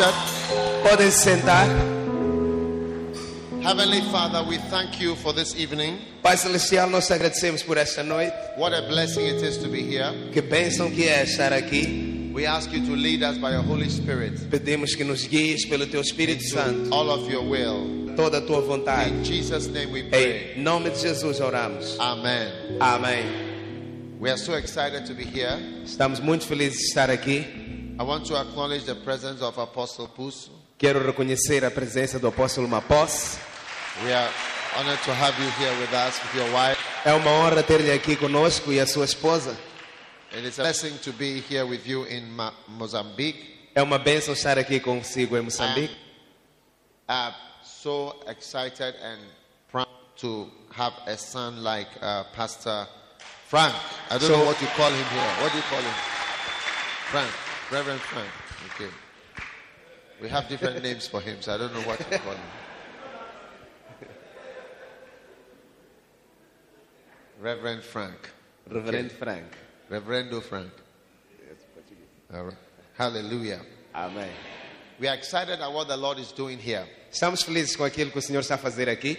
up. Podem se sentar. Heavenly Father, we thank you for this evening. Pai Celestial, nós te agradecemos por esta noite. What a blessing it is to be here. Que bênção que é estar aqui. We ask you to lead us by your Holy Spirit. Pedimos que nos guies pelo Teu Espírito Santo. All of your will. Toda a Tua vontade. In Jesus' name we pray. Em nome de Jesus oramos. Amen. Amém. We are so excited to be here. Estamos muito felizes de estar aqui. I want to acknowledge the presence of Apostle Pusu. Quero reconhecer a presença do apóstolo Mapós. We are honored to have you here with us, with your wife. É uma honra ter-lhe aqui conosco e a sua esposa. It is a blessing to be here with you in Ma- Mozambique. É uma bênção estar aqui consigo em Moçambique. I'm so excited and proud to have a son like uh, Pastor Frank. I don't know So- what you call him here. What do you call him? Frank, Reverend Frank. Okay. We have different names for him, so I don't know what you call him. Reverend Frank. Reverendo Frank. Reverendo Frank. All right. Hallelujah. Amém. We are excited at what the Lord is doing here. Estamos felizes com aquilo que o Senhor está a fazer aqui.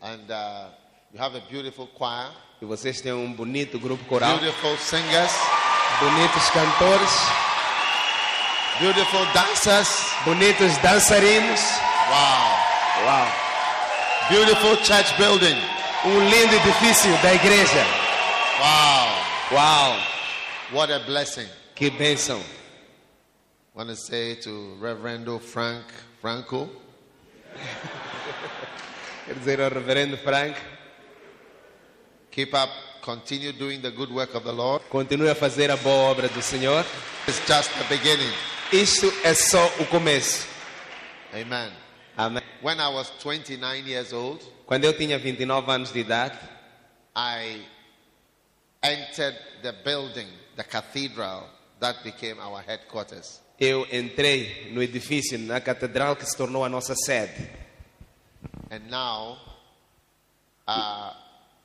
And uh, you have a beautiful choir, E vocês têm um bonito grupo coral, beautiful singers, bonitos cantores, beautiful dancers. bonitos dançarinos. Wow. Uau! Beautiful church building. Um lindo edifício da igreja. Wow. Uau! What a blessing. Que bênção. want to say to Reverendo Frank Franco, Quero dizer ao Reverendo Frank, keep up, continue doing the good work of the Lord. continue a fazer a boa obra do Senhor. It's just the beginning. Isto é só o começo. Amen. Amém. When I was 29 years old, Quando eu tinha 29 anos de idade, I entered the building, the cathedral that became our headquarters. eu entrei no edifício, na catedral que se tornou a nossa sede. And now, uh,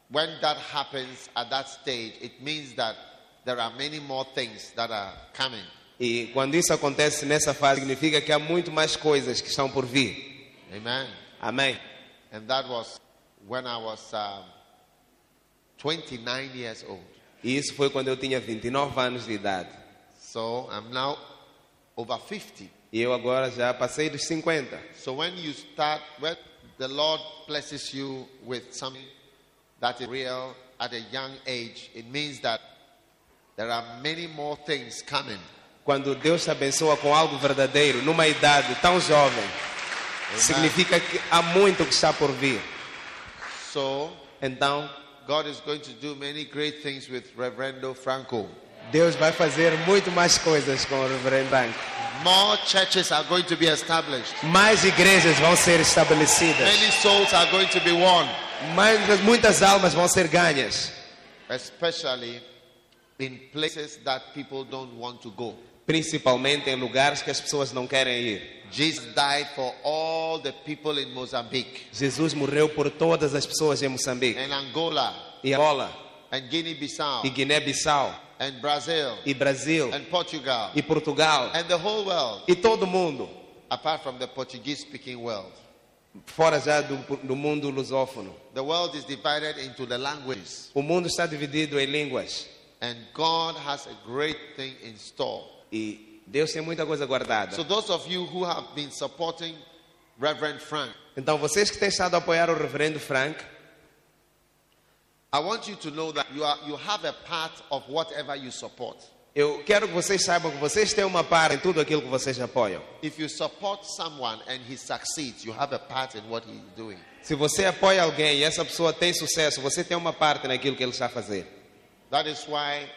when that happens at that stage, it means that there are many more things that are coming. E quando isso acontece nessa fase, significa que há muito mais coisas que estão por vir. Amen. Amém. And that was when I was um, 29 years old. E isso foi quando eu tinha 29 anos de idade. So I'm now over 50. E eu agora já passei dos 50. So when you start, when the Lord blesses you with something that is real at a young age, it means that there are many more things coming. Quando Deus te abençoa com algo verdadeiro, numa idade tão jovem, significa que há muito que está por vir. So Então, God is going to do many great things with Reverendo Franco. Deus vai fazer muito mais coisas com o Reverendo Branco. More churches are going to be established. Mais igrejas vão ser estabelecidas. Many souls are going to be won, Mais, muitas almas vão ser ganhas, especially in places that people don't want to go. principalmente em lugares que as pessoas não querem ir. Jesus died for all the people in Mozambique Jesus morreu por todas as pessoas em Moçambique, and Angola e Angola, and Guinea-Bissau e Guiné-Bissau, and Brazil e Brasil, and Portugal e Portugal, and the whole world, e todo mundo, apart from the Portuguese-speaking world. fora já do, do mundo lusófono. The world is divided into the languages, O mundo está dividido em línguas, and God has a great thing in store. e Deus tem muita coisa guardada. So those of you who have been supporting Reverend Frank, Então, vocês que têm estado a apoiar o Reverendo Frank, I want you to know that you are you have a part of whatever you support. Eu quero que vocês saibam que vocês têm uma par em tudo aquilo que vocês apoiam. If you support someone and he succeeds, you have a part in what he's doing. Se você apoia alguém e essa pessoa tem sucesso, você tem uma parte naquilo que ele está a fazer. That is why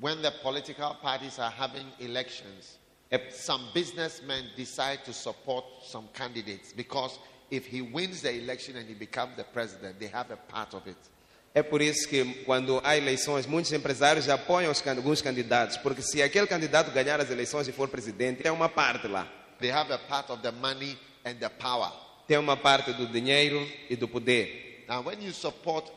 when the political parties are having elections, É- some businessmen decide to support some candidates because if he wins the election and he becomes the president, they have a part of it. É por isso que quando há eleições, muitos empresários apoiam os can- alguns candidatos, porque se aquele candidato ganhar as eleições e for presidente, tem uma parte lá. They have a part of the money and the power. Tem uma parte do dinheiro e do poder. Now, when you support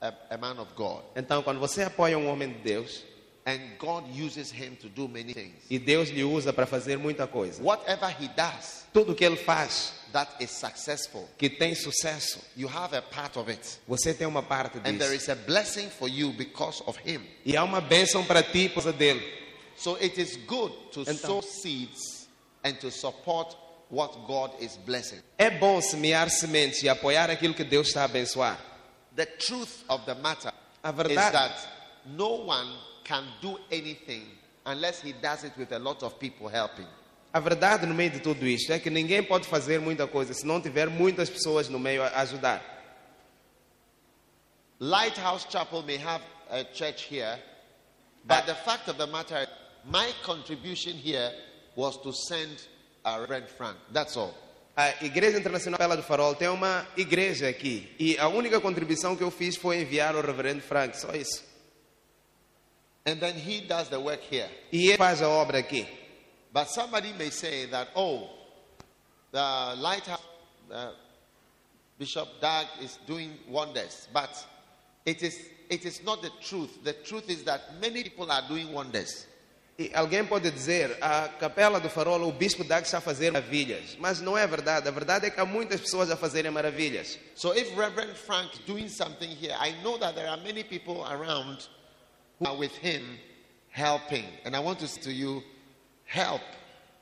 a, a man of God, Então, quando você apoia um homem de Deus, And God uses him to do many things. E Deus lhe usa para fazer muita coisa. Whatever he does Tudo que ele faz that is successful, que tem sucesso, you have a part of it. você tem uma parte And there is disso. a blessing for you because of him. E há uma bênção para ti, por causa dele. So it is good to Então. sow seeds and to support what God is blessing. É bom semear sementes e apoiar aquilo que Deus está a abençoar. The truth of the matter A is verdade that no one can do anything unless he does it with a lot of people helping. A verdade no meio de tudo isto é que ninguém pode fazer muita coisa se não tiver muitas pessoas no meio a ajudar. Lighthouse Chapel may have a church here, but the fact of the matter is, my contribution here was to send uh, Reverend Frank. That's all. A Igreja Internacional Pela do Farol tem uma igreja aqui e a única contribuição que eu fiz foi enviar o Reverendo Frank, só isso. And then he does the work here. E ele faz a obra aqui. But somebody may say that, oh, the lighthouse uh, Bishop Dag is doing wonders. But it is, it is not the truth. The truth is that many people are doing wonders. E alguém pode dizer, a Capela do Farol, o Bispo Dag está a fazer maravilhas. Mas não é verdade. A verdade é que há muitas pessoas a fazerem maravilhas. So if Reverend Frank is doing something here, I know that there are many people around who are with him helping. And I want to say to you, help.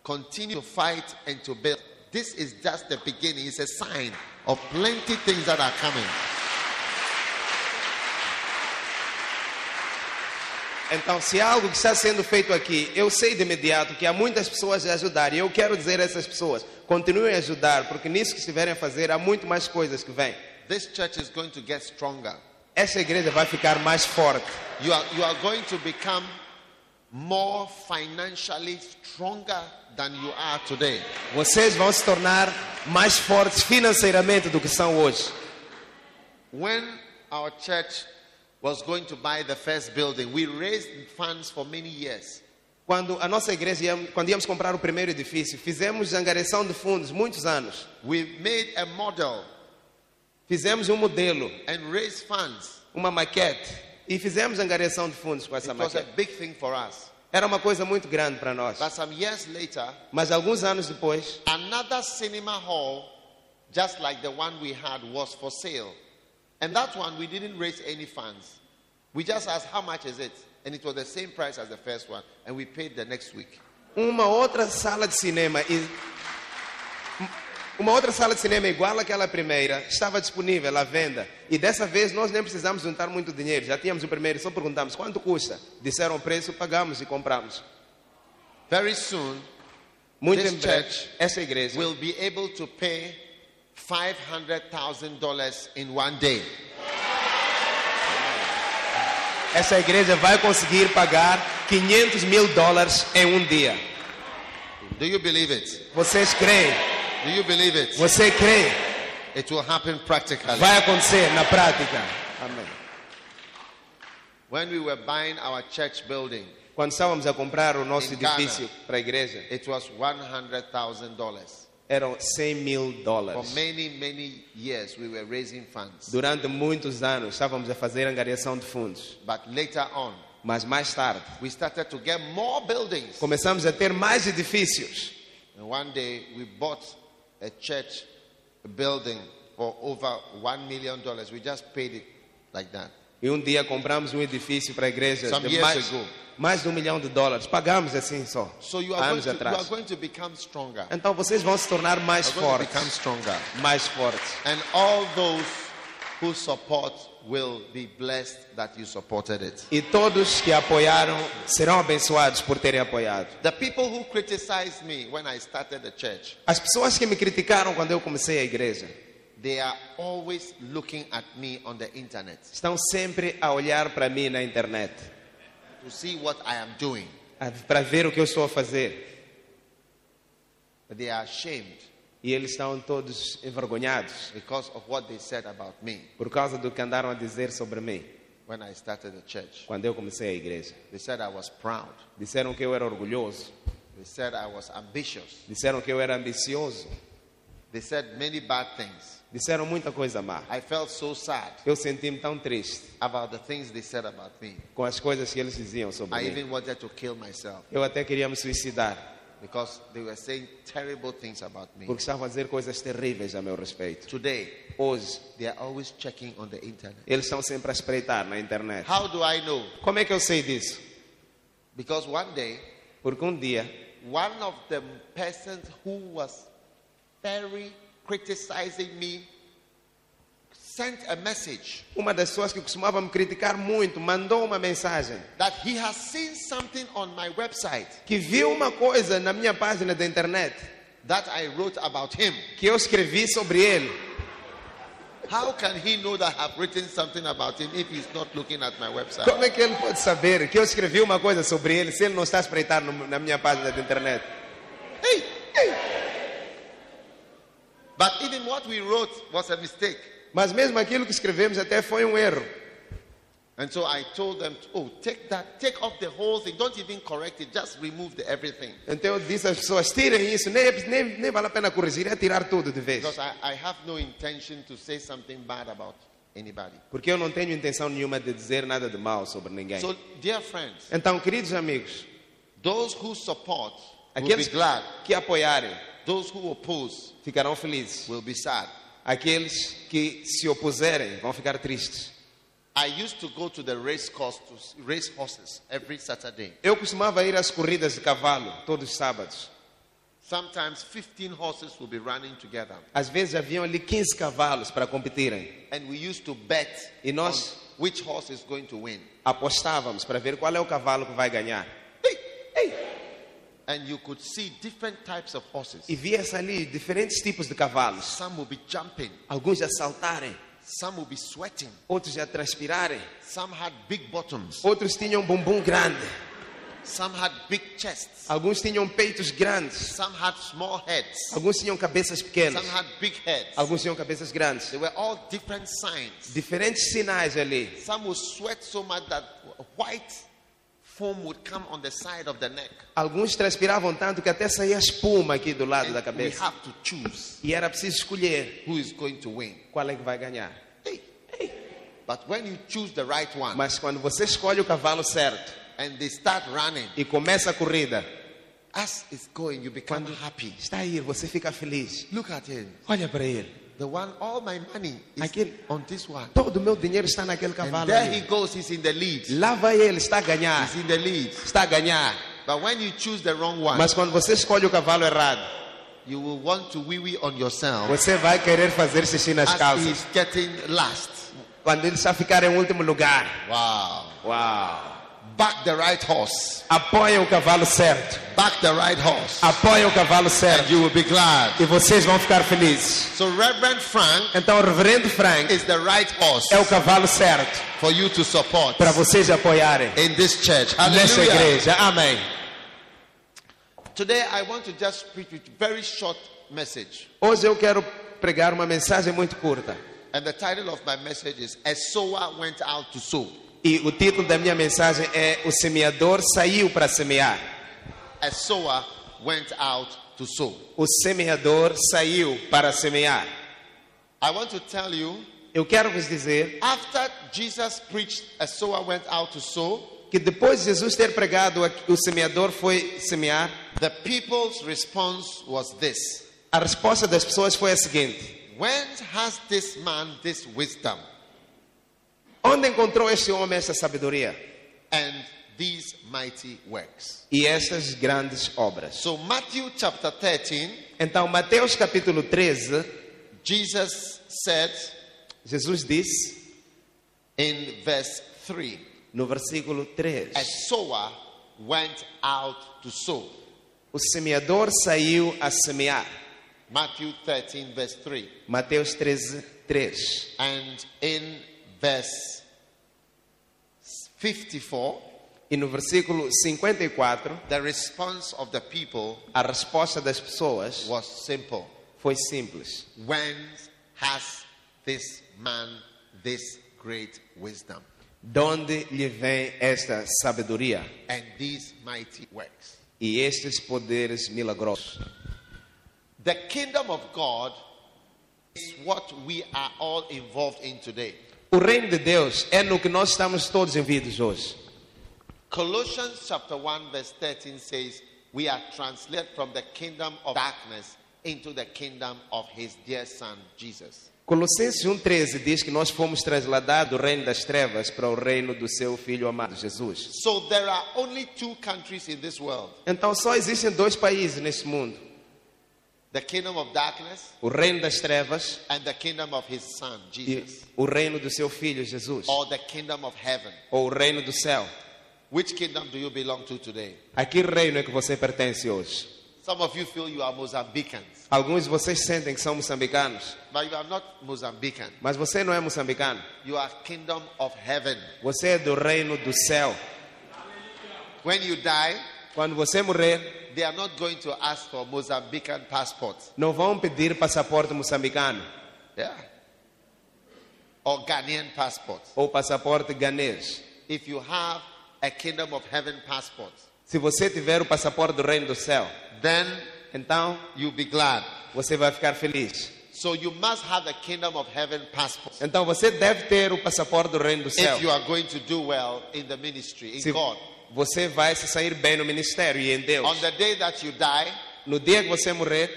Continue to fight and to build. This is just the beginning. It's a sign of plenty things that are coming. Então, se há algo que está sendo feito aqui, eu sei de imediato que há muitas pessoas a ajudar. E eu quero dizer a essas pessoas, continuem a ajudar, porque nisso que estiverem a fazer, há muito mais coisas que vêm. This church is going to get stronger. Essa igreja vai ficar mais forte. You are, you are going to become more financially stronger than you are today. Vocês vão se tornar mais fortes financeiramente do que são hoje. When our church was going to buy the first building, we raised funds for many years. Quando a nossa igreja, ia- quando íamos comprar o primeiro edifício, fizemos angariação de fundos, muitos anos. We made a model Fizemos um modelo, and raised funds. uma maquete, e fizemos angariação de fundos com essa It was a maquete. big thing for us. Era uma coisa muito grande para nós. But some years later, Mas alguns anos depois, another cinema hall, just like the one we had, was for sale. And that one, we didn't raise any funds. We just asked, how much is it? And it was the same price as the first one. And we paid the next week. uma outra sala de cinema e uma outra sala de cinema igual àquela primeira estava disponível à venda e dessa vez nós nem precisamos juntar muito dinheiro já tínhamos o primeiro só perguntamos quanto custa disseram o preço pagamos e compramos Very soon, muito This em breve church essa igreja we'll be able to pay $500,000 in one day. essa igreja vai conseguir pagar 500 mil dólares em um dia Do you believe it? vocês creem Do you believe it? você crê It will happen practically. vai acontecer na prática amém When we were buying our church building, quando estávamos a comprar o nosso Em Ghana. edifício para a igreja it was $100,000. eram 100 mil For dólares many, many years, we were raising funds. Durante muitos anos estávamos a fazer angariação de fundos, But later on, mas mais tarde we started to get more buildings. começamos a ter mais edifícios. And one day, we bought a church building for over $1 million. We just paid it like that. E um dia compramos um edifício para a igreja Some de years mais, ago. mais de um milhão de dólares. Pagámos assim só, So you are, going anos to, you are atrás. going to become stronger. Então vocês vão se tornar mais You're going to become fortes. stronger. Mais fortes. And all those who support will be blessed that you supported it. E todos que apoiaram serão abençoados por terem apoiado. The people who criticized me when I started the church, As pessoas que me criticaram quando eu comecei a igreja they are always looking at me on the internet estão sempre a olhar para mim na internet to see what I am doing. a- para ver o que eu estou a fazer. They are ashamed E eles estão todos envergonhados because of what they said about me por causa do que andaram a dizer sobre mim when I started the church. quando eu comecei a igreja. They said I was proud. Disseram que eu era orgulhoso, They said I was ambitious. disseram que eu era ambicioso, They said many bad things. Disseram muita coisa má. I felt so sad Eu senti-me tão triste about the things they said about me. com as coisas que eles diziam sobre I mim. even wanted to kill myself Eu até queria me suicidar, because they were saying terrible things about me. porque estavam a dizer coisas terríveis a meu respeito. Today, Hoje, they are always checking on the internet. eles estão sempre a espreitar na internet. How do I know? Como é que eu sei disso? Because one day, Porque um dia, one of the persons who was very criticizing me sent a message uma das pessoas que costumava me criticar muito mandou uma mensagem that he has seen something on my website que viu uma coisa na minha página da internet that I wrote about him. que eu escrevi sobre ele. How can he know that I've written something about him if he's not looking at my website? Como é que ele pode saber que eu escrevi uma coisa sobre ele se ele não está a espreitar no- na minha página da internet? Hey, hey. But even what we wrote was a mistake. Mas mesmo aquilo que escrevemos até foi um erro. And so I told them, oh, take that, take off the whole thing. Don't even correct it, just remove the everything. Então eu disse às pessoas: tirem isso, nem, é- nem, nem vale a pena corrigir, é tirar tudo de vez. Because I, I have no intention to say something bad about anybody. Porque eu não tenho intenção nenhuma de dizer nada de mal sobre ninguém. So, dear friends, Então, queridos amigos, those who support will be aqueles glad. que apoiarem Those who oppose ficarão felizes. will be sad. Aqueles que se opuserem vão ficar tristes. I used to go to the race course to s- race horses every Saturday. Eu costumava ir às corridas de cavalo todos os sábados. Sometimes 15 horses will be running together. Às vezes haviam ali 15 cavalos para competirem. And we used to bet E nós- on which horse is going to win. Apostávamos para ver qual é o cavalo que vai ganhar. And you could see different types of horses. E via-se ali diferentes tipos de cavalos. Some will be jumping, Alguns já saltarem, some will be sweating, outros já transpirarem, some had big bottoms, outros tinham um bumbum grande, some had big chests, alguns tinham peitos grandes, some had small heads, alguns tinham cabeças pequenas, some had big heads. alguns tinham cabeças grandes. They were all different signs. Diferentes sinais ali. Some would sweat so much that white foam would come on the side of the neck. Alguns transpiravam tanto que até saía espuma aqui do lado da And we cabeça. have to choose E era preciso escolher who is going to win. qual é que vai ganhar. But when you choose the right one Mas quando você escolhe o cavalo certo and they start running, e começa a corrida, as it's going, you become happy. está aí, você fica feliz. Look at him. Olha para ele. The one, all my money is Again. on this one. Todo o meu dinheiro está naquele And cavalo. there he Ali. goes, he's in the lead. Lá vai ele, está a ganhar. He's in the lead. Está a ganhar. But when you choose the wrong one, Mas quando você escolhe o cavalo errado, you will want to wee wee on yourself você vai querer fazer xixi nas as calças. he's getting last. Quando ele já ficar em último lugar. Wow. Uau! Back the right horse. Apoia o cavalo certo. Back the right horse. Apoia o cavalo And certo. you will be glad. E vocês vão ficar felizes. So, Reverend Frank Então, o reverendo Frank is the right horse é o cavalo certo for you to support para vocês apoiarem in this church. nessa Hallelujah. igreja. Amém. Today, I want to just preach a very short message. Hoje eu quero pregar uma mensagem muito curta. And the title of my message is A Sower Went Out to Sow. E o título da minha mensagem é O semeador saiu para semear. A sower went out to sow. O semeador saiu para semear. I want to tell you, Eu quero vos dizer after Jesus preached, A Sower Went Out to Sow, que depois de Jesus ter pregado aqui, o semeador foi semear, the people's response was this a resposta das pessoas foi a seguinte: When has this man this wisdom Onde encontrou este homem esta sabedoria and these mighty works? e estas grandes obras? So, Matthew chapter 13, Então, Mateus capítulo 13, Jesus said Jesus disse in verse 3 no versículo A 3: sower went out to sow. O semeador saiu a semear. Matthew 13, verse 3. Mateus 13, 3. And in verse 54, E no versículo 54, the response of the people a resposta das pessoas was simple foi simples: When has this man this great wisdom De onde lhe vem esta sabedoria? and these mighty works? e estes poderes milagrosos. The kingdom of God is what we are all involved in today. O reino de Deus é no que nós estamos todos envolvidos hoje. Colossians chapter 1 verse 13 says, "We are translated from the kingdom of darkness into the kingdom of his dear son Jesus." Colossenses 1,13 diz que nós fomos trasladados do reino das trevas para o reino do seu filho amado Jesus. So there are only two countries in this world: Então só existem dois países neste mundo: the kingdom of darkness o reino das trevas and the kingdom of his son e Jesus, o reino do seu filho Jesus, or the kingdom of heaven. ou o reino do céu. Which kingdom do you belong to today? A que reino é que você pertence hoje? Some of you feel you are Mozambicans, Alguns de vocês sentem que são moçambicanos, but you are not Mozambican. mas você não é moçambicano. You are kingdom of heaven. Você é do reino do céu. When you die, Quando você morrer, they are not going to ask for Mozambican passports. não vão pedir passaporte moçambicano Yeah. Or Ghanaian passports. ou passaporte ganês. If you have a kingdom of heaven passport, Se você tiver o passaporte do reino do céu, then então you'll be glad. você vai ficar feliz. So you must have a kingdom of heaven passport. Então você deve ter o passaporte do reino do céu. If you are going to do well in the ministry, in Se God. você vai se sair bem no ministério e em Deus. On the day that you die, No dia que você morrer,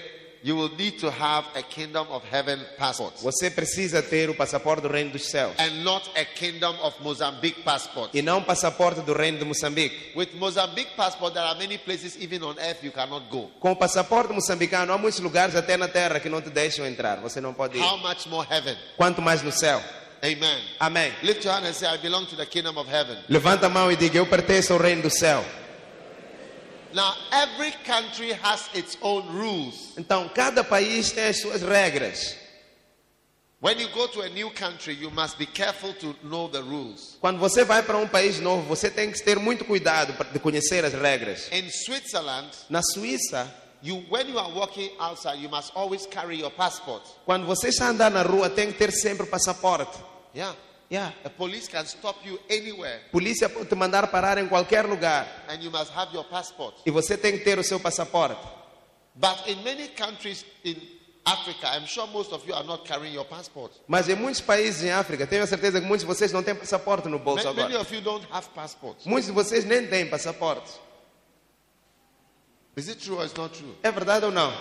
you will need to have a kingdom of heaven passport. você precisa ter o passaporte do reino dos céus And not a kingdom of Mozambique passport. e não o passaporte do reino de Moçambique. With Mozambique passport, there are many places even on earth you cannot go. Com o passaporte moçambicano, há muitos lugares até na terra que não te deixam entrar. Você não pode How ir. much more heaven? Quanto mais no céu. Amen. Amém. Lift your hand and say, I belong to the kingdom of heaven. Levanta a mão e diga: Eu pertenço ao reino do céu. Now, every country has its own rules. Então, cada país tem as suas regras. When you go to a new country, you must be careful to know the rules. Quando você vai para um país novo, você tem que ter muito cuidado pra- de conhecer as regras. In Switzerland, Na Suíça, you, when you are walking outside, you must always carry your passport. quando você está andando na rua, tem que ter sempre o passaporte. Yeah. Yeah. The police can stop you anywhere, A polícia pode te mandar parar em qualquer lugar and you must have your passport. e você tem que ter o seu passaporte. But in many countries in Africa, I'm sure most of you are not carrying your passport. Mas em muitos países em África, tenho a certeza que muitos de vocês não têm passaporte no bolso Ma- Many agora. of you don't have passports. Muitos de vocês nem têm passaporte. Is it true or it's not true? É verdade ou não?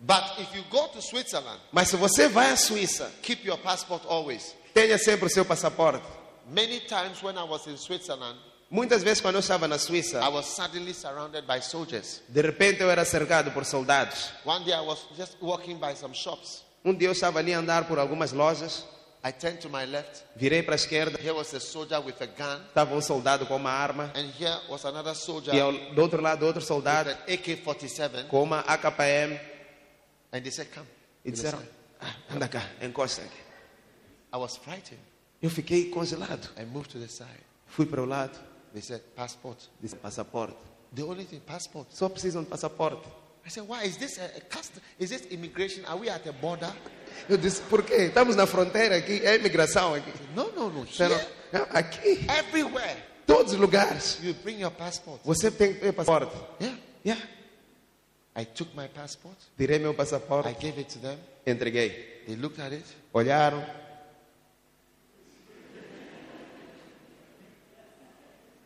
But if you go to Switzerland, Mas se você vai à Suíça, keep your passport always. tenha sempre o seu passaporte. Many times when I was in Switzerland, Muitas vezes quando eu estava na I Suíça, was suddenly surrounded by soldiers. de repente eu era cercado por soldados. One day I was just walking by some shops. Um dia eu estava ali a andar por algumas lojas, I turned to my left. virei para a esquerda, Here was a soldier with a gun, estava um soldado com uma arma and here was another soldier e with ao, do outro lado outro soldado an AK 47. com uma AKM And they said, Come. e disseram: ah, anda cá, encosta aqui. I was frightened. Eu fiquei congelado. I moved to the side. Fui para o lado, They said, Passport. disse passaporte. The only thing, passport. Só precisam de passaporte. I said, Why? Is this a, a custom? Is this immigration? Are we at a border? Eu disse, por quê? Estamos na fronteira aqui, é imigração aqui. No, no, no. Here, Disseram, "Ah, aqui, everywhere, todos os lugares. you bring your passport. Você tem que ter passaporte. Yeah. Yeah. I took my passport. Tirei meu I passaporte, gave it to them. entreguei. They looked at it. Olharam,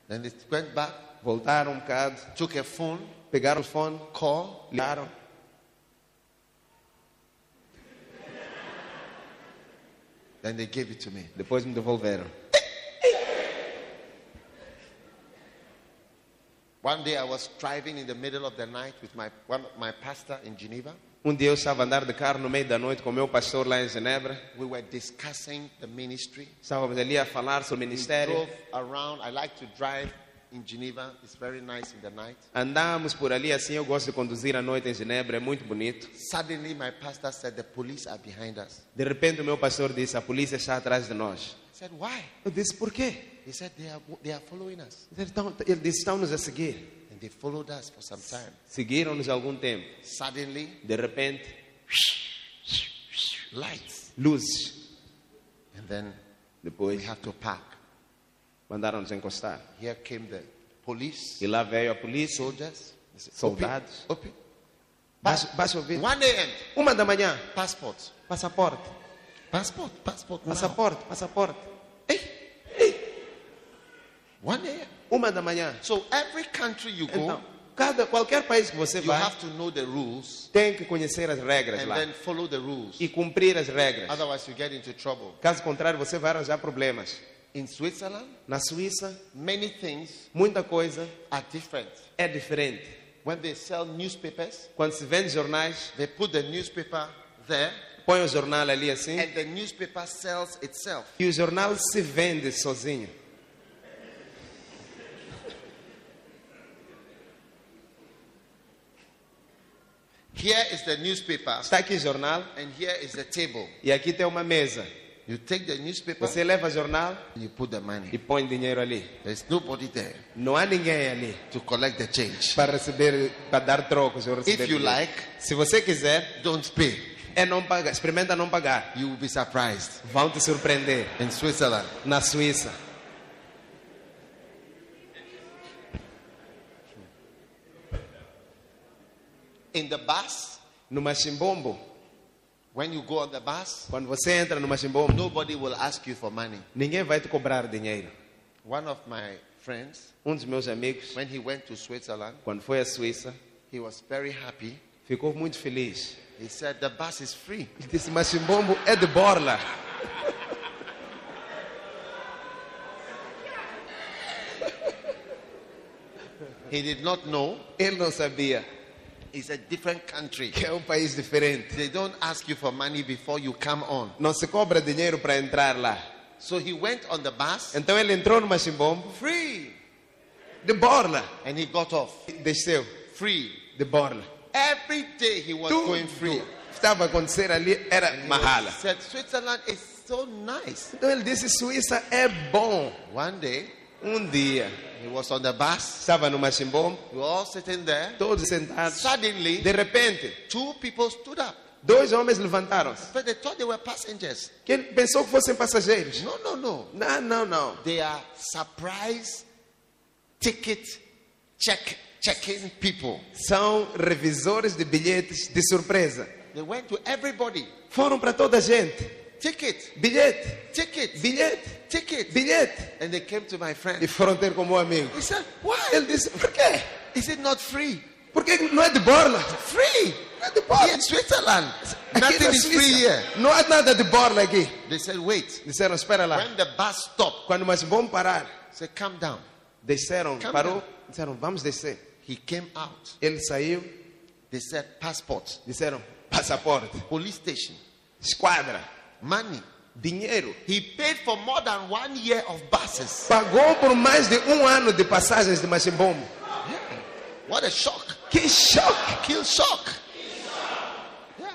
Then they went back, voltaram um bocado, took a phone, pegaram o fone, call. ligaram. Then they gave it to me. Depois me devolveram. One day I was driving in the middle of the night with my, one, my pastor in Geneva. Um dia eu estava a andar de carro no meio da noite com o meu pastor lá em Genebra. We were discussing the ministry. Estávamos ali a falar sobre o We ministério. drove around. I like to drive in Geneva. It's very nice in the night. Andámos por ali assim, eu gosto de conduzir à noite em Genebra, é muito bonito. Suddenly, my pastor said, The police are behind us. De repente o meu pastor disse, a polícia está atrás de nós. I said, Why? Eu disse, por quê? He said, They are, they are following us. Ele tão- ele disse, estão-nos a seguir. And they followed us for some time. Seguiram-nos algum tempo. Suddenly, De repente, lights. luzes. And then we Depois, had to park. mandaram-nos encostar. Here came the police, E lá veio a polícia, soldiers. They said, soldados. Open, open. Baixa, baixa o vidro. 1 a.m. Uma da manhã. Passport. Passaporte. Passport. Passport. now. Passaporte. Passaporte. 1 a.m. Uma da manhã. So every country you go, Então, cada, qualquer país que você you vai, have to know the rules tem que conhecer as regras and lá. then follow the rules. E cumprir as regras. Otherwise, you get into trouble. Caso contrário, você vai arranjar problemas. In Switzerland, Na Suíça, many things muita coisa are different. é diferente. When they sell newspapers, Quando se vende jornais, they put the newspaper there, põe o jornal ali assim. and the newspaper sells itself. E o jornal se vende sozinho. Here is the newspaper, Está Tá aqui o jornal and here is the table. e aqui tem uma mesa. You take the newspaper, Você leva o jornal and you put the e money. põe dinheiro ali. There's nobody there Não há ninguém ali to collect the change. para receber, para dar trocos ou receber. If you dinheiro. like, Se você quiser, don't pay. é não pagar. Experimenta não pagar. You will be surprised. Vão te surpreender In Switzerland, na Suíça. in the bus, No Machimbombo, when you go on the bus, quando você entra no Machimbombo, nobody will ask you for money. ninguém vai te cobrar dinheiro. One of my friends, Um dos meus amigos, when he went to Switzerland, quando foi à Suíça, he was very happy. ficou muito feliz. He said, The bus is free. Ele disse: Machimbombo é de borla. He did not know Ele não sabia it's a different country. que é um país diferente. They don't ask you for money before you come on. Não se cobra dinheiro para entrar lá. So he went on the bus Então ele entrou no Machimbombo free de borla. and he got off Desceu free. de borla. Every day he was Tudo going free. estava a acontecer ali era He mahala. was- said, Switzerland is so nice. Então ele disse: Suíça é bom. One day Um dia he was on the bus. estava no Machimbombo, We were all sitting there. todos sentados. Suddenly, De repente, two people stood up. dois homens levantaram-se. But they thought they were passengers. Que ele pensou que fossem passageiros. No, no, no. Não, não, não. They are surprise ticket check checking people. São revisores de bilhetes de surpresa. They went to everybody. Foram para toda a gente. Ticket, Bilhete, ticket, bilhete, ticket. bilhete. And they came to my E friend. foram ter como amigo. He said, Why Ele disse: Por quê? is it not free? Por que não é de borla? Free! Não é de Here borla. in Switzerland, Aqui nothing na is Suíça, free here. Não há nada de borla aqui. They said, Wait. Disseram, espera lá. When the bus stopped, Quando mas vamos parar. say, Come down. Desceram, Calma. parou. Disseram, vamos descer. He came out. Ele saiu. They said, Passport, Disseram, passaporte, police station, esquadra, money. dinheiro. He paid for more than one year of buses. Pagou por mais de um ano de passagens de Machimbombo. What a shock! Que choque! Kill shock! Yeah.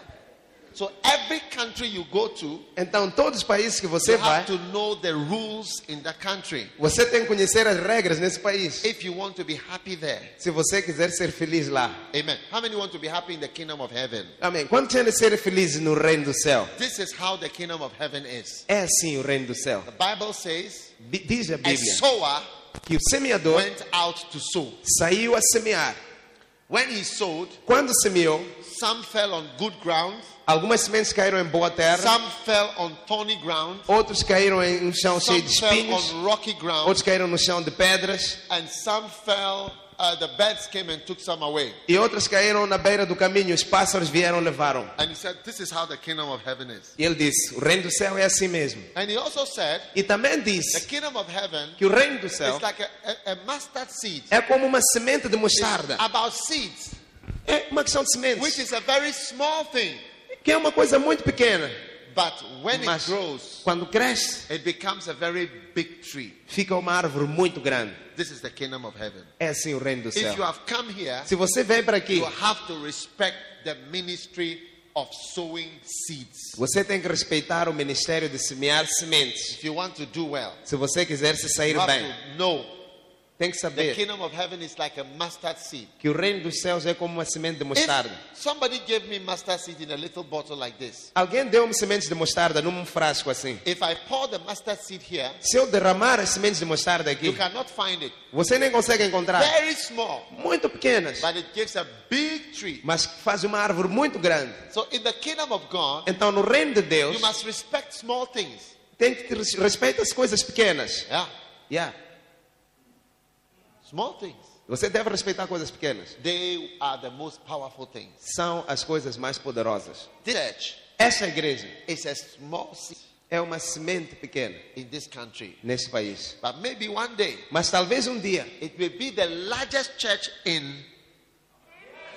So every country you go to, Então, todos os países que você you vai, have to know the rules in the country você tem que conhecer as regras nesse país. if you want to be happy there. Se você quiser ser feliz lá. Amen. How many want to be happy in the kingdom of heaven? Amém. Quando tem de ser feliz no reino do céu? This is how the kingdom of heaven is. É assim o reino do céu. The Bible says, Bi- Diz a a Bíblia sower que o semeador went out to sow. saiu a semear. When he sowed, Quando semeou, some fell on good ground, algumas sementes caíram em boa terra, some fell on thorny ground, outros caíram em um chão some cheio de fell espinhos, on rocky ground, outros caíram no chão de pedras, and some fell. Uh, the birds came and took some away. e outros caíram na beira do caminho. Os pássaros vieram e levaram. And he said, This is how the kingdom of heaven is. E ele disse: O reino do céu é assim mesmo. And he also said, E também The disse kingdom of heaven que o reino do is céu like a, a, a mustard seed. é como uma semente de It's mostarda. about seeds, É uma questão de which sementes, is a very small thing. que é uma coisa muito pequena. But when it Mas grows, quando cresce, it becomes a very big tree. fica uma árvore muito grande. This is the kingdom of heaven. É assim o reino do If you céu. have come here, Se você vem para aqui, you have to respect the ministry of sowing seeds. Você tem que respeitar o ministério de semear sementes. If you want to do well, Se você quiser se sair you have bem, to know Tem que The saber kingdom of heaven is like a mustard seed. que o reino dos céus é como uma semente de If mostarda. somebody gave me mustard seed in a little bottle like this, Alguém deu-me sementes de mostarda num frasco assim. if I pour the mustard seed here, Se eu derramar as sementes de mostarda you aqui, cannot find it. você nem consegue encontrar. Very small, É Muito pequenas, but it gives a big tree. mas que faz uma árvore muito grande. So in the kingdom of God, Então, no reino de Deus, you must respect small things. tem que ter- respeita as coisas pequenas. Yeah, Yeah. small things. Você deve respeitar coisas pequenas. They are the most powerful things. São as coisas mais poderosas. Church Essa é igreja is a small seed é uma semente pequena in this country, neste país. but maybe one day Mas talvez um dia it will be the largest church in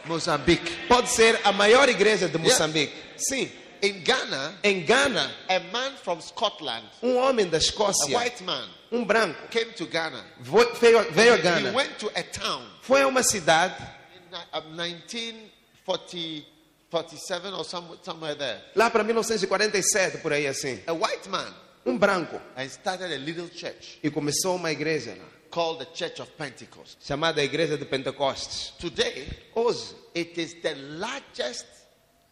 Mozambique. pode ser a maior igreja de Moçambique. Sim. In Ghana, Em Gana, a man from Scotland, um homem da a Escócia, white man, um branco, came to Ghana. vo- veio, veio a He Gana. went to a town Foi a uma cidade, in ni- uh, 1940, 47 or some, somewhere there. lá para 1947, por aí assim. A white man Um branco. and started a little church E começou uma igreja lá, called the Church of Pentecost. chamada Igreja de Pentecostes. Today, Hoje it is the largest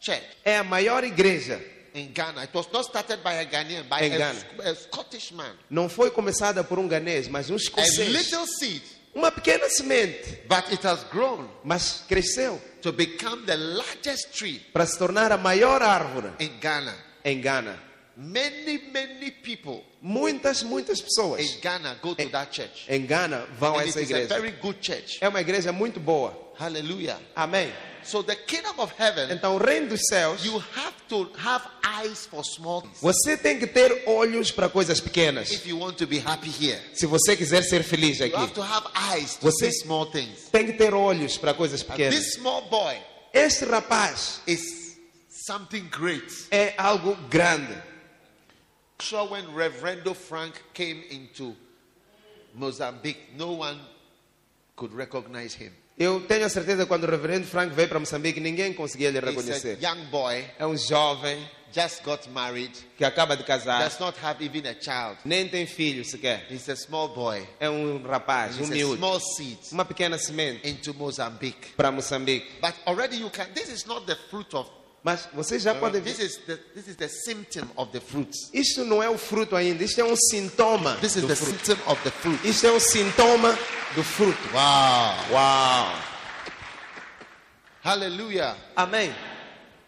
church é a maior igreja. in Ghana. It was not started by a Ghanaian, by In a, Ghana. Sc- a Scottish man. Não foi começada por um ganês, mas um A escocês. É little seed, Uma pequena semente, but it has grown mas cresceu to become the largest tree para se tornar a maior árvore in Ghana. em Gana. Many, many people Muitas, muitas in pessoas Ghana go to that church. em Gana vão a And it essa is a igreja. very good church. É uma igreja muito boa. Hallelujah. Amém. So the kingdom of heaven, Então, o reino dos céus, you have to have eyes for small things você tem que ter olhos para coisas pequenas. if you want to be happy here. Se você quiser ser feliz You have aqui, to have eyes to Você- see small things. tem que ter olhos para coisas And pequenas. This small boy Este rapaz is something great. é algo grande. Sure, when Reverendo Frank came into Mozambique, no one could recognize him. Eu tenho a certeza que quando o reverendo Frank veio para Moçambique, ninguém conseguia lhe He's a reconhecer. young boy, É um jovem just got married, que acaba de casar, does not have even a child. nem tem filho sequer. He's a small boy. É um rapaz, um He's a miúdo. small seed Uma pequena semente into Mozambique. para Moçambique. But already you can. This is not the fruit of. Uh, Mas vocês já podem ver. This is the this is the symptom of the fruit. Isso não é o fruto ainda, isto é um sintoma This is do the fruto. symptom of the fruit. Isto é um sintoma do fruto. Wow! Uau! Hallelujah! Amém.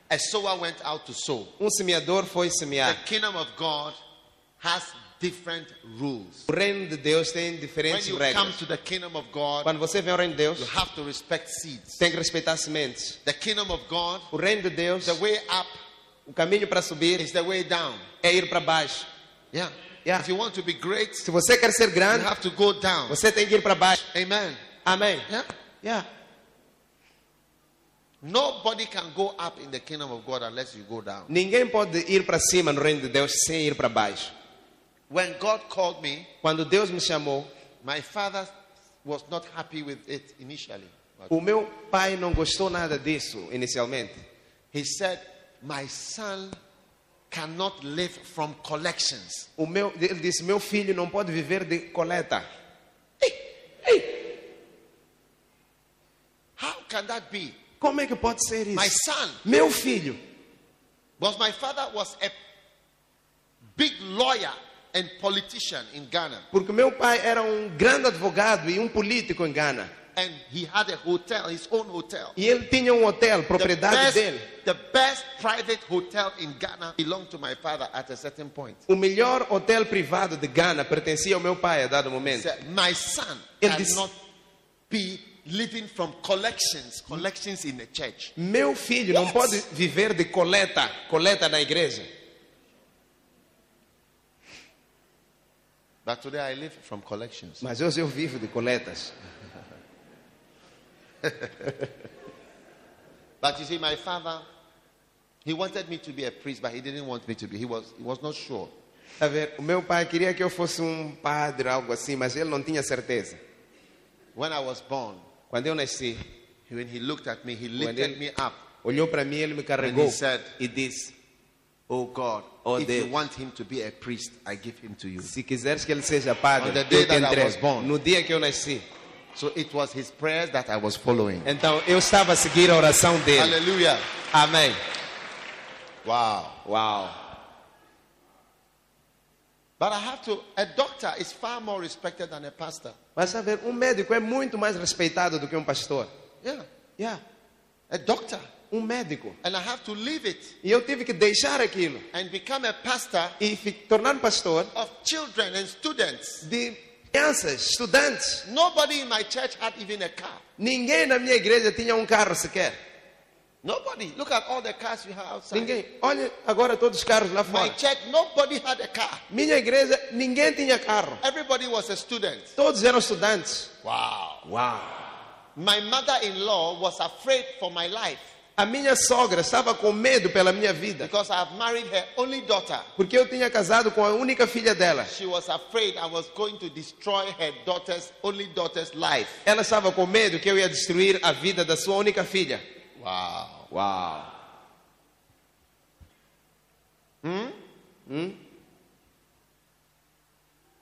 A sower went out to sow. Um semeador foi The semear. kingdom of God has different rules. O reino de Deus tem When diferentes you come regras. to the kingdom of God, Quando você vem ao reino de you Deus, have to respect seeds. tem que respeitar as sementes. The kingdom of God, O reino de Deus, the way up o caminho para subir is the way down. é ir para baixo. Yeah. Yeah. If you want to be great, Se você quer ser you grande, have to go down. você tem que ir para baixo. Amen. Amém. Yeah. Yeah. Nobody can go up in the kingdom of God unless you go down. Ninguém pode ir para cima no reino de Deus sem ir para baixo. When God called me, Quando Deus me chamou, my father was not happy with it initially. But o meu pai não gostou nada disso inicialmente. he said, My son cannot live from collections. O meu, ele disse: Meu filho não pode viver de coleta. How can that be? Como é que pode ser My isso? son Meu filho. was my father was a big lawyer and politician in Ghana, Porque meu pai era um grande advogado e um político em Ghana. and he had a hotel, his own hotel. E ele tinha um hotel, The propriedade best, dele. the best private hotel in Ghana belonged to my father at a certain point. O melhor hotel privado de Ghana pertencia ao meu pai a dado He momento. said, My son If this- cannot be living from collections, collections in the church. Meu filho não Yes. pode viver de coleta, coleta na igreja. But today I live from collections. Mas hoje eu vivo de coletas. But you see, my father, he wanted me to be a priest, but he didn't want me to be. He was, he was not sure. Tá vendo? O meu pai queria que eu fosse um padre, algo assim, mas ele não tinha certeza. When I was born, Quando eu nasci, when he looked at me, he When lifted he- me up. olhou para mim, ele me carregou And he said- e disse: Oh God, oh If you Deus. want him to be a priest, I give him to you. Se quiseres que ele seja padre, On the eu day te that I entrego. was born. No dia que eu nasci. So it was his prayers that I was following. Então eu estava a seguir a oração dele. Hallelujah. Amém. Wow. Uau. But I have to, a doctor is far more respected than a pastor. Mas a ver, um médico é muito mais respeitado do que um pastor. Yeah. Yeah. A doctor. Um médico. And I have to leave it E eu tive que deixar aquilo and become a pastor e fi- tornar pastor of children and students. de crianças, estudantes. Nobody in my church had even a car. Ninguém na minha igreja tinha um carro sequer. Nobody. Look at all the cars you have outside. Ninguém. Olha agora todos os carros lá My fora. church, nobody had a car. Minha igreja, ninguém tinha carro. Everybody was a student. Todos eram estudantes. Wow. Uau. My mother in law was afraid for my life A minha sogra estava com medo pela minha vida, because I have married her only daughter. porque eu tinha casado com a única filha dela. She was afraid I was going to destroy her daughter's only daughter's life. Ela estava com medo que eu ia destruir a vida da sua única filha. Wow. Uau.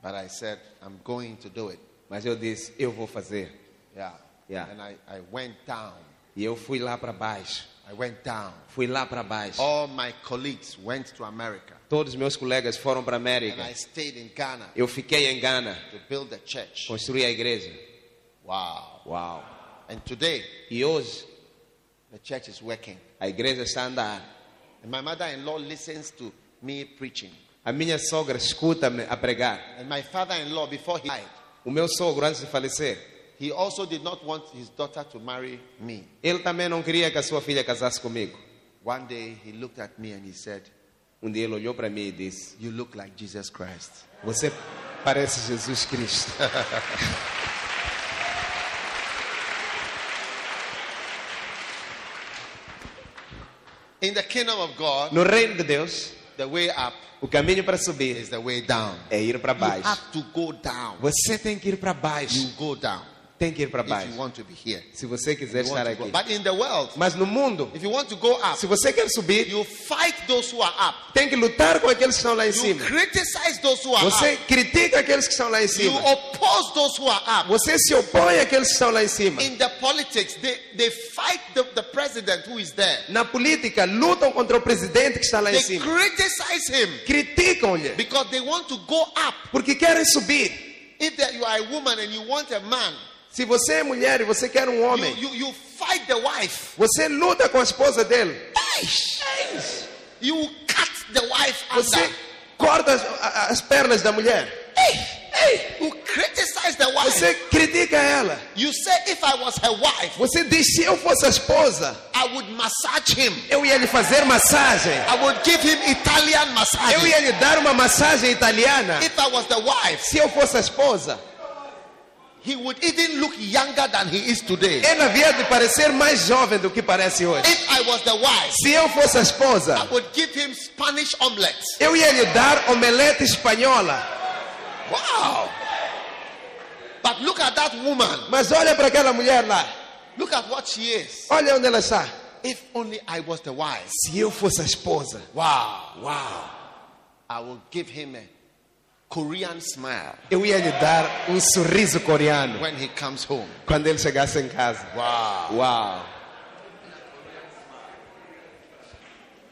But I said, I'm going to do it. Mas eu disse, eu vou fazer. Yeah. Yeah. And I, I went down. E eu fui lá para baixo. I went down. Fui lá para baixo. All my colleagues went to America. Todos meus colegas foram para a And I América. stayed in Ghana Eu fiquei em Gana, to build a church. construí a igreja. Wow. Uau. And today, E hoje the church is working. a igreja está a andar. And my mother in law listens to me preaching. A minha sogra escuta-me a pregar. And my father in law, before he died, O meu sogro, antes de falecer, he also did not want his daughter to marry me. ele também não queria que a sua filha casasse comigo. One day, he looked at me and he said, Um dia ele olhou para mim e disse: You look like Jesus Christ. Você parece Jesus Cristo. In the kingdom of God, No reino de Deus, the way up o caminho para subir is the way down. é ir para You baixo. have to go down. Você tem que ir para You baixo. go down Tem que ir para if you baixo. want to be here. Se você quiser You want estar to go- aqui. But in the world, Mas no mundo, if you want to go up, se você quer subir, you fight those who are up. tem que lutar com aqueles que estão lá em You cima. criticize those who are Você up. critica aqueles que estão lá em You cima. oppose those who are up. Você se opõe àqueles que estão lá em cima. In the politics, they, they fight the, the president who is there. Na política, lutam contra o presidente que está lá em They cima. criticize him Criticam-lhe because they want to go up. porque querem subir. If that you are a woman and you want a man, Se você é mulher e você quer um you, homem, you, you fight the wife. você luta com a esposa dele. Eish. You cut the wife Você under. corta as, a- as pernas da mulher. You criticize the wife. Você critica ela. You say, if I was her wife, Você diz: se eu fosse a esposa, I would massage him. eu ia lhe fazer massagem. I would give him Italian massage. Eu ia lhe dar uma massagem italiana. If I was the wife, Se eu fosse a esposa, he would even look younger than he is today. ela havia de parecer mais jovem do que parece hoje. If I was the wife, Se eu fosse a esposa, I would give him Spanish omelette. eu ia lhe dar omelete espanhola. Wow. But look at that woman. Mas olha para aquela mulher lá. Look at what she is. Olha onde ela está. If only I was the wife. Se eu fosse a esposa, Wow. Wow. I will give him a Korean smile eu ia lhe dar um sorriso coreano when he comes home. quando ele chegasse em casa. Wow. Uau!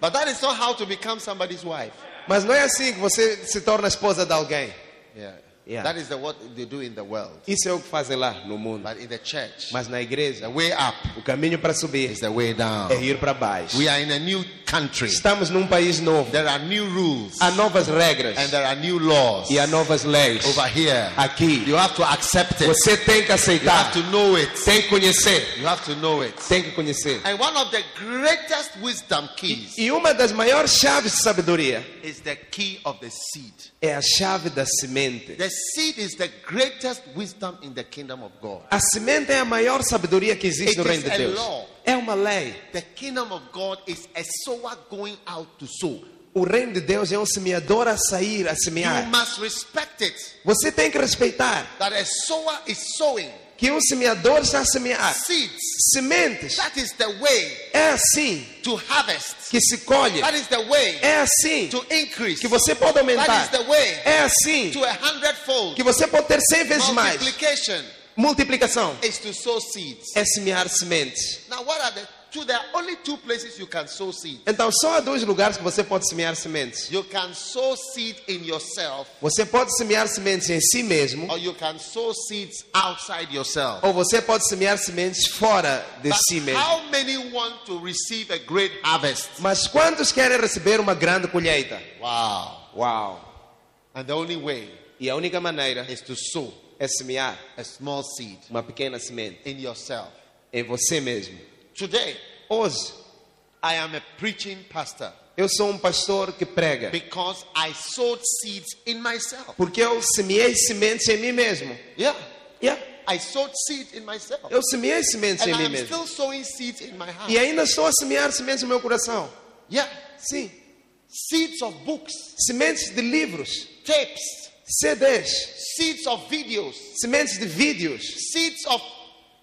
But that is not how to become somebody's wife. Mas não é assim que você se torna esposa de alguém. Yeah. Yeah. That is the, what they do in the world. Isso é o que fazem lá no mundo. But in the church, Mas na igreja, the way up o caminho para subir is the way down. é ir para baixo. We are in a new country. Estamos num país novo. There are new rules Há novas and regras there are new laws e há novas leis. over here. Aqui, You have to accept it. você tem You que have aceitar, to know it. tem que conhecer, You have to know it. tem que conhecer. And one of the greatest wisdom keys E uma das maiores chaves de sabedoria is the key of the seed. é a chave da semente. The seed is the greatest wisdom in the kingdom of God. A semente é a maior sabedoria que It existe no is reino de a Deus. law. É uma lei. The kingdom of God is a sower going out to sow. O reino de Deus é um semeador a sair, a You semear. must respect it. Você tem que respeitar That a sower is sowing que um semeador está a semear. seeds. Sementes. That is the way É assim to harvest. que se colhe. That is the way É assim to increase. que você pode That aumentar. is the way É assim to a hundredfold. que você pode ter cem vezes mais. Multiplication Multiplicação is to sow seeds. é semear sementes. Now, what are the two? There are only two places you can sow seed. Então, só há dois lugares que você pode semear sementes. You can sow seed in yourself, Você pode semear sementes em si mesmo, or you can sow seeds outside yourself. ou você pode semear sementes fora de But si mesmo. how many want to receive a great harvest? Mas quantos querem receber uma grande colheita? Wow. Uau! And the only way E a única maneira is to sow é semear a small seed uma pequena semente in yourself. em você mesmo. Today, Hoje, I am a preaching pastor eu sou um pastor que prega, because I sowed seeds in myself. porque eu semeei sementes em mim mesmo. Yeah. Yeah. Oh, I sowed seeds in myself. Eu semeei sementes And em I mim am mesmo. still sowing seeds in my heart. E ainda estou a semear sementes no meu coração. Yeah. Sim. Seeds of books, Sementes de livros, tapes, CDs, seeds of videos, sementes de vídeos, seeds of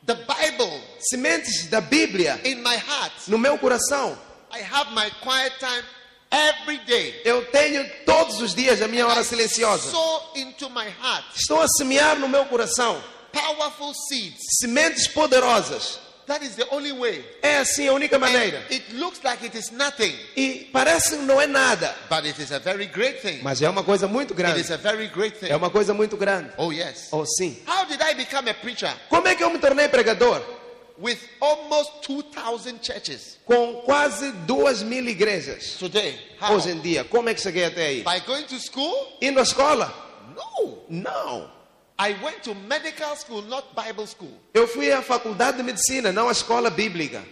the Bible sementes da Bíblia in my heart. no meu coração. I have my quiet time every day. Eu tenho todos os dias a minha hora silenciosa. Sow into my heart Estou a semear no meu coração powerful seeds. sementes poderosas. That is the only way. É assim a única maneira. It looks like it is nothing, E parece que não é nada, but it is a very great thing. mas é uma coisa muito It is grande. a very great É thing. uma coisa muito grande. Oh, yes. Oh, sim. How did I become a preacher? Como é que eu me tornei pregador? With almost 2,000 churches Com quase duas mil igrejas today. How? hoje em dia. Como é que cheguei até aí? By going to school? Indo à escola? No. Não. I went to medical school, not Bible school. Eu fui à faculdade de medicina, não à escola bíblica.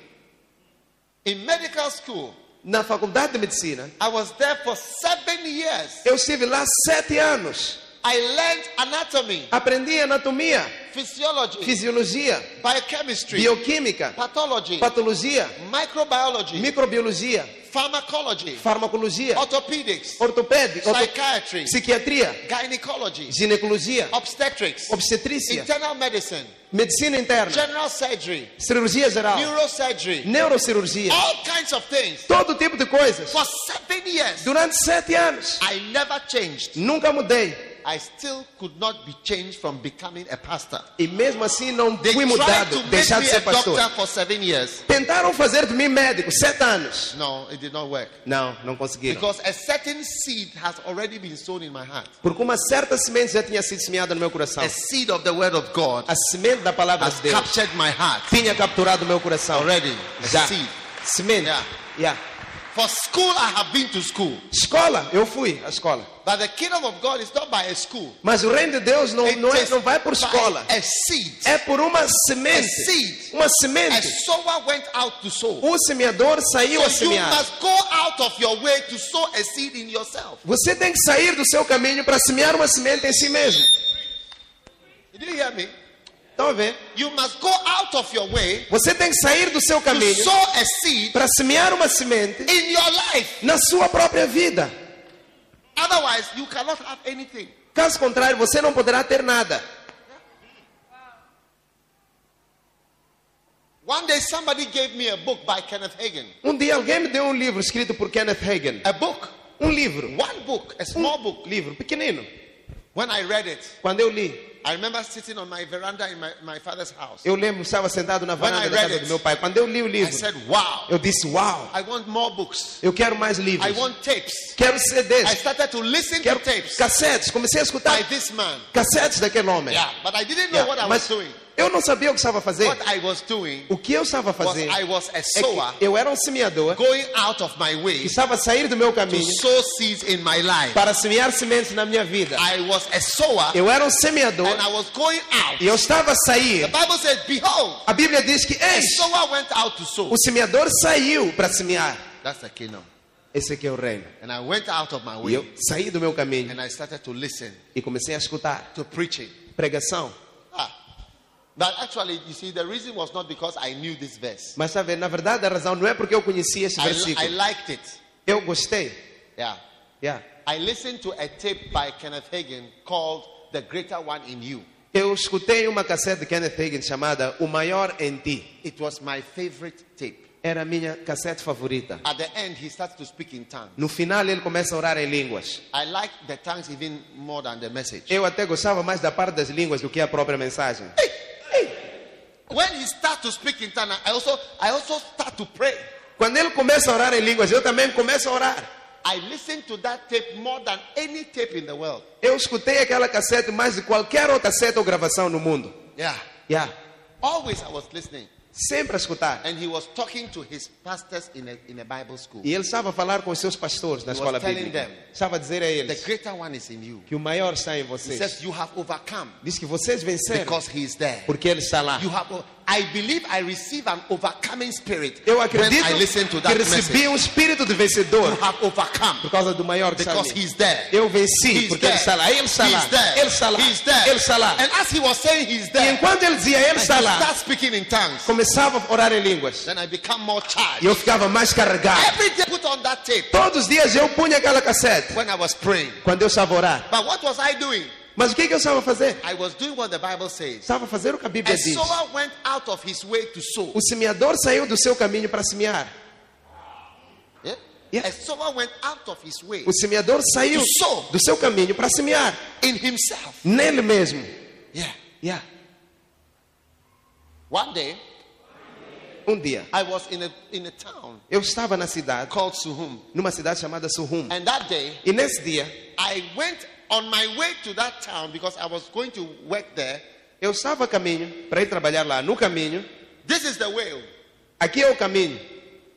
In medical school, Na faculdade de medicina, I was there for seven years. eu estive lá sete anos. I learned anatomy, Aprendi anatomia, physiology, fisiologia, biochemistry, bioquímica, pathology, patologia, microbiology, microbiologia, pharmacology, farmacologia, orthopedics, ortopédica, orto- psychiatry, psiquiatria, gynecology, ginecologia, obstetrics, obstetrícia, internal medicine, medicina interna, general surgery, cirurgia geral, neurosurgery, neurocirurgia, all kinds of things. todo tipo de coisas. For seven years, Durante sete anos, I never changed. nunca mudei. I still could not be changed from becoming a pastor. E mesmo assim não They fui tried mudado, to make deixar de me ser a pastor. doctor for seven years. Tentaram fazer de mim médico, sete anos. No, it did not work. Não, não conseguiram. Because a certain seed has already been sown in my heart. Porque uma certa semente já tinha sido semeada no meu coração. A seed of the word of God A semente da palavra has de Deus captured my heart tinha capturado o meu coração. already. A Já. seed. Semente. Yeah. Yeah. For school, I have been to school. Escola, eu fui à escola. But the kingdom of God is not by a school. Mas o reino de Deus não, It não, é, is não vai por by escola. A seed. É por uma A semente. seed. Uma A semente. sower went out to sow. O semeador saiu a So you semear. must go out of your way to sow a seed in yourself. Você tem que sair do seu caminho para semear uma semente em si mesmo. Did you hear me? Estão a ver? You must go out of your way Você tem que sair do seu to caminho sow a seed para semear uma semente in your life. na sua própria vida. Otherwise, you cannot have anything. Caso contrário, você não poderá ter nada. One day, somebody gave me a book by Kenneth Hagin. Um dia alguém me deu um livro escrito por Kenneth Hagin. A book, Um livro, one book, a small book. um livro pequenino. When I read it, Quando eu li, I remember sitting on my veranda in my, my father's house. eu lembro, estava sentado na varanda When I da read casa it, do meu pai. Quando eu li o I livro, said, Wow, eu disse, uau, I want more books. eu quero mais I livros. want tapes. Quero I CDs, started to listen to quero tapes cassetes. Comecei a by escutar this man. cassetes daquele homem. Yeah, but I didn't know Yeah, what I Mas was doing. eu não sabia o que estava a fazer. What I was doing O que eu estava a was fazer I was a é sower que eu era um semeador going out of my way que estava a sair do meu to caminho sow seeds in my life. para semear sementes na minha vida. I was a sower Eu era um semeador and I was going out. e eu estava a The sair. Bible says, Behold, A Bíblia diz que a eis, sower went out to sow. o semeador saiu para semear. That's the kingdom. Esse aqui é o reino. And I went out of my E way eu saí do meu caminho and I started to listen e comecei a escutar to preaching. pregação. Ah. But actually, you see, the reason was not because I knew this verse. Mas sabe, na verdade a razão não é porque eu conhecia esse I, I versículo. liked it. Eu gostei. Yeah. Yeah. I listened to a tape by Kenneth Hagin called The Greater One in You. Eu escutei uma cassete de Kenneth Hagin chamada O Maior em Ti. It was my favorite tape. Era a minha cassete favorita. At the end, he starts to speak in tongues. No final ele começa a orar em línguas. I like the tongues even more than the message. Eu até gostava mais da parte das línguas do que a própria mensagem. When he starts to speak in tongues, I also I also start to pray. Quando ele começa a orar em línguas, eu também começo a orar. I listened to that tape more than any tape in the world. Eu escutei aquela cassete mais de qualquer outra cassete ou gravação no mundo. Yeah. Yeah. Always I was listening. Sempre a escutar. And he was talking to his pastors in a, in a Bible school. E ele estava a falar com os seus pastores na He was escola telling bíblica. them. Estava a dizer a The eles greater one is in you. que o maior está em He vocês. says, You have overcome Diz que vocês venceram é because he is there. porque ele está lá. You have, I believe I receive an overcoming spirit Eu when acredito I listen to que that message. recebi um espírito de You vencedor have overcome por causa do maior que está because ali. he's there. Eu venci He's porque there. ele está lá. Ele está lá. He's there. Ele está lá. He's there. Ele está lá. And as he was saying he's E there, enquanto ele dizia ele I está lá, start speaking in tongues. começava a orar em línguas. Then I become more E charged. eu ficava mais carregado. Every day I put on that tape Todos os dias eu punha aquela cassete when I was praying. quando eu estava a orar. But what was I doing? Mas o que, que eu estava a fazer? I was doing what the Bible says. Estava a fazer o que a Bíblia A diz. sower went out of his way to sow. O semeador saiu do seu caminho para semear. Yeah? Yeah. A sower Eh? went out of his way O semeador saiu To sow. do seu caminho para semear. in himself. Nele mesmo. Yeah. Yeah. One day Um dia, I was in a in a town eu estava na cidade, called Suhum. numa cidade chamada Suhum. And that day E nesse dia, I went on my way to that town because I was going to work there. eu estava a caminho para ir trabalhar lá. No caminho, This is the way. oh. aqui é o caminho.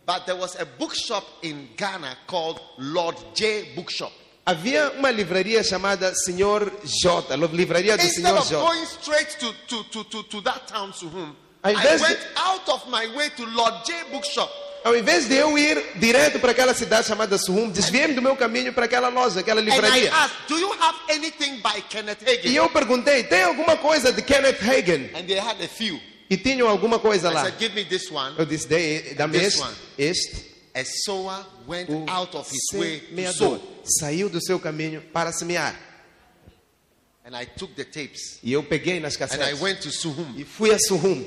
But there was a bookshop in Ghana called Lord J Bookshop. Havia uma livraria chamada Senhor J, livraria do Instead Senhor of J. going straight to, to, to, to, to that town to whom I I, guess- went out of my way to Lord J Bookshop. Ao invés de eu ir direto para aquela cidade chamada Suhum, desviei-me do meu caminho para aquela loja, aquela And I livraria. asked, Do you have anything by Kenneth E Hagin? eu perguntei, tem alguma coisa de Kenneth Hagin? And they had a few. E tinham alguma coisa I lá. said, Give me this one. Eu disse, dei, dá-me This este. one. Este. A sower went O out of his way to Um semeador sow. saiu do seu caminho para semear. And I took the tapes E eu peguei nas and I cassetes. went to Suhum. E fui a Suhum.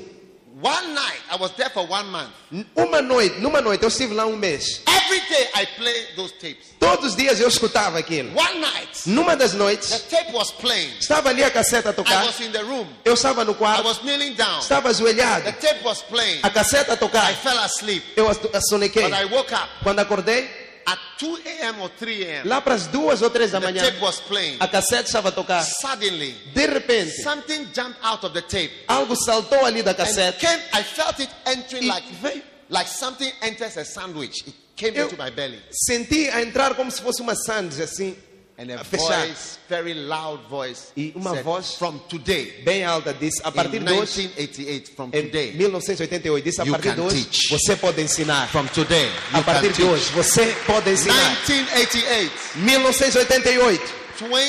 One night, I was there for one month. Uma noite, numa noite, eu estive lá um mês. Every day I played those tapes. Todos os dias eu escutava aquilo. One night, Numa das the noites, tape was playing. estava ali a cassete a I tocar. was in the room. Eu estava no I quarto, was kneeling down. estava The ajoelhado. tape was playing. A cassete a I tocar. fell asleep. Eu asso- assonequei. But I woke up Quando acordei, at 2 a.m. or 3 a.m. lá para as duas ou três da The manhã, tape was playing. a cassete estava a tocar. Suddenly, De repente, something jumped out of the tape. algo saltou ali da And cassete. came, I felt it entering like, E veio. like something enters a sandwich. It came Eu- into my belly. Senti a entrar como se fosse uma sandes assim, And a a fechar. voice, very loud voice, E uma said, voz- from today, Bem alta, disse: a in partir de hoje, 1988, from em today, 1988, disse: a You partir de can hoje, teach. você pode ensinar. from today, you A partir can de teach. hoje, você pode ensinar. 1988, 1988,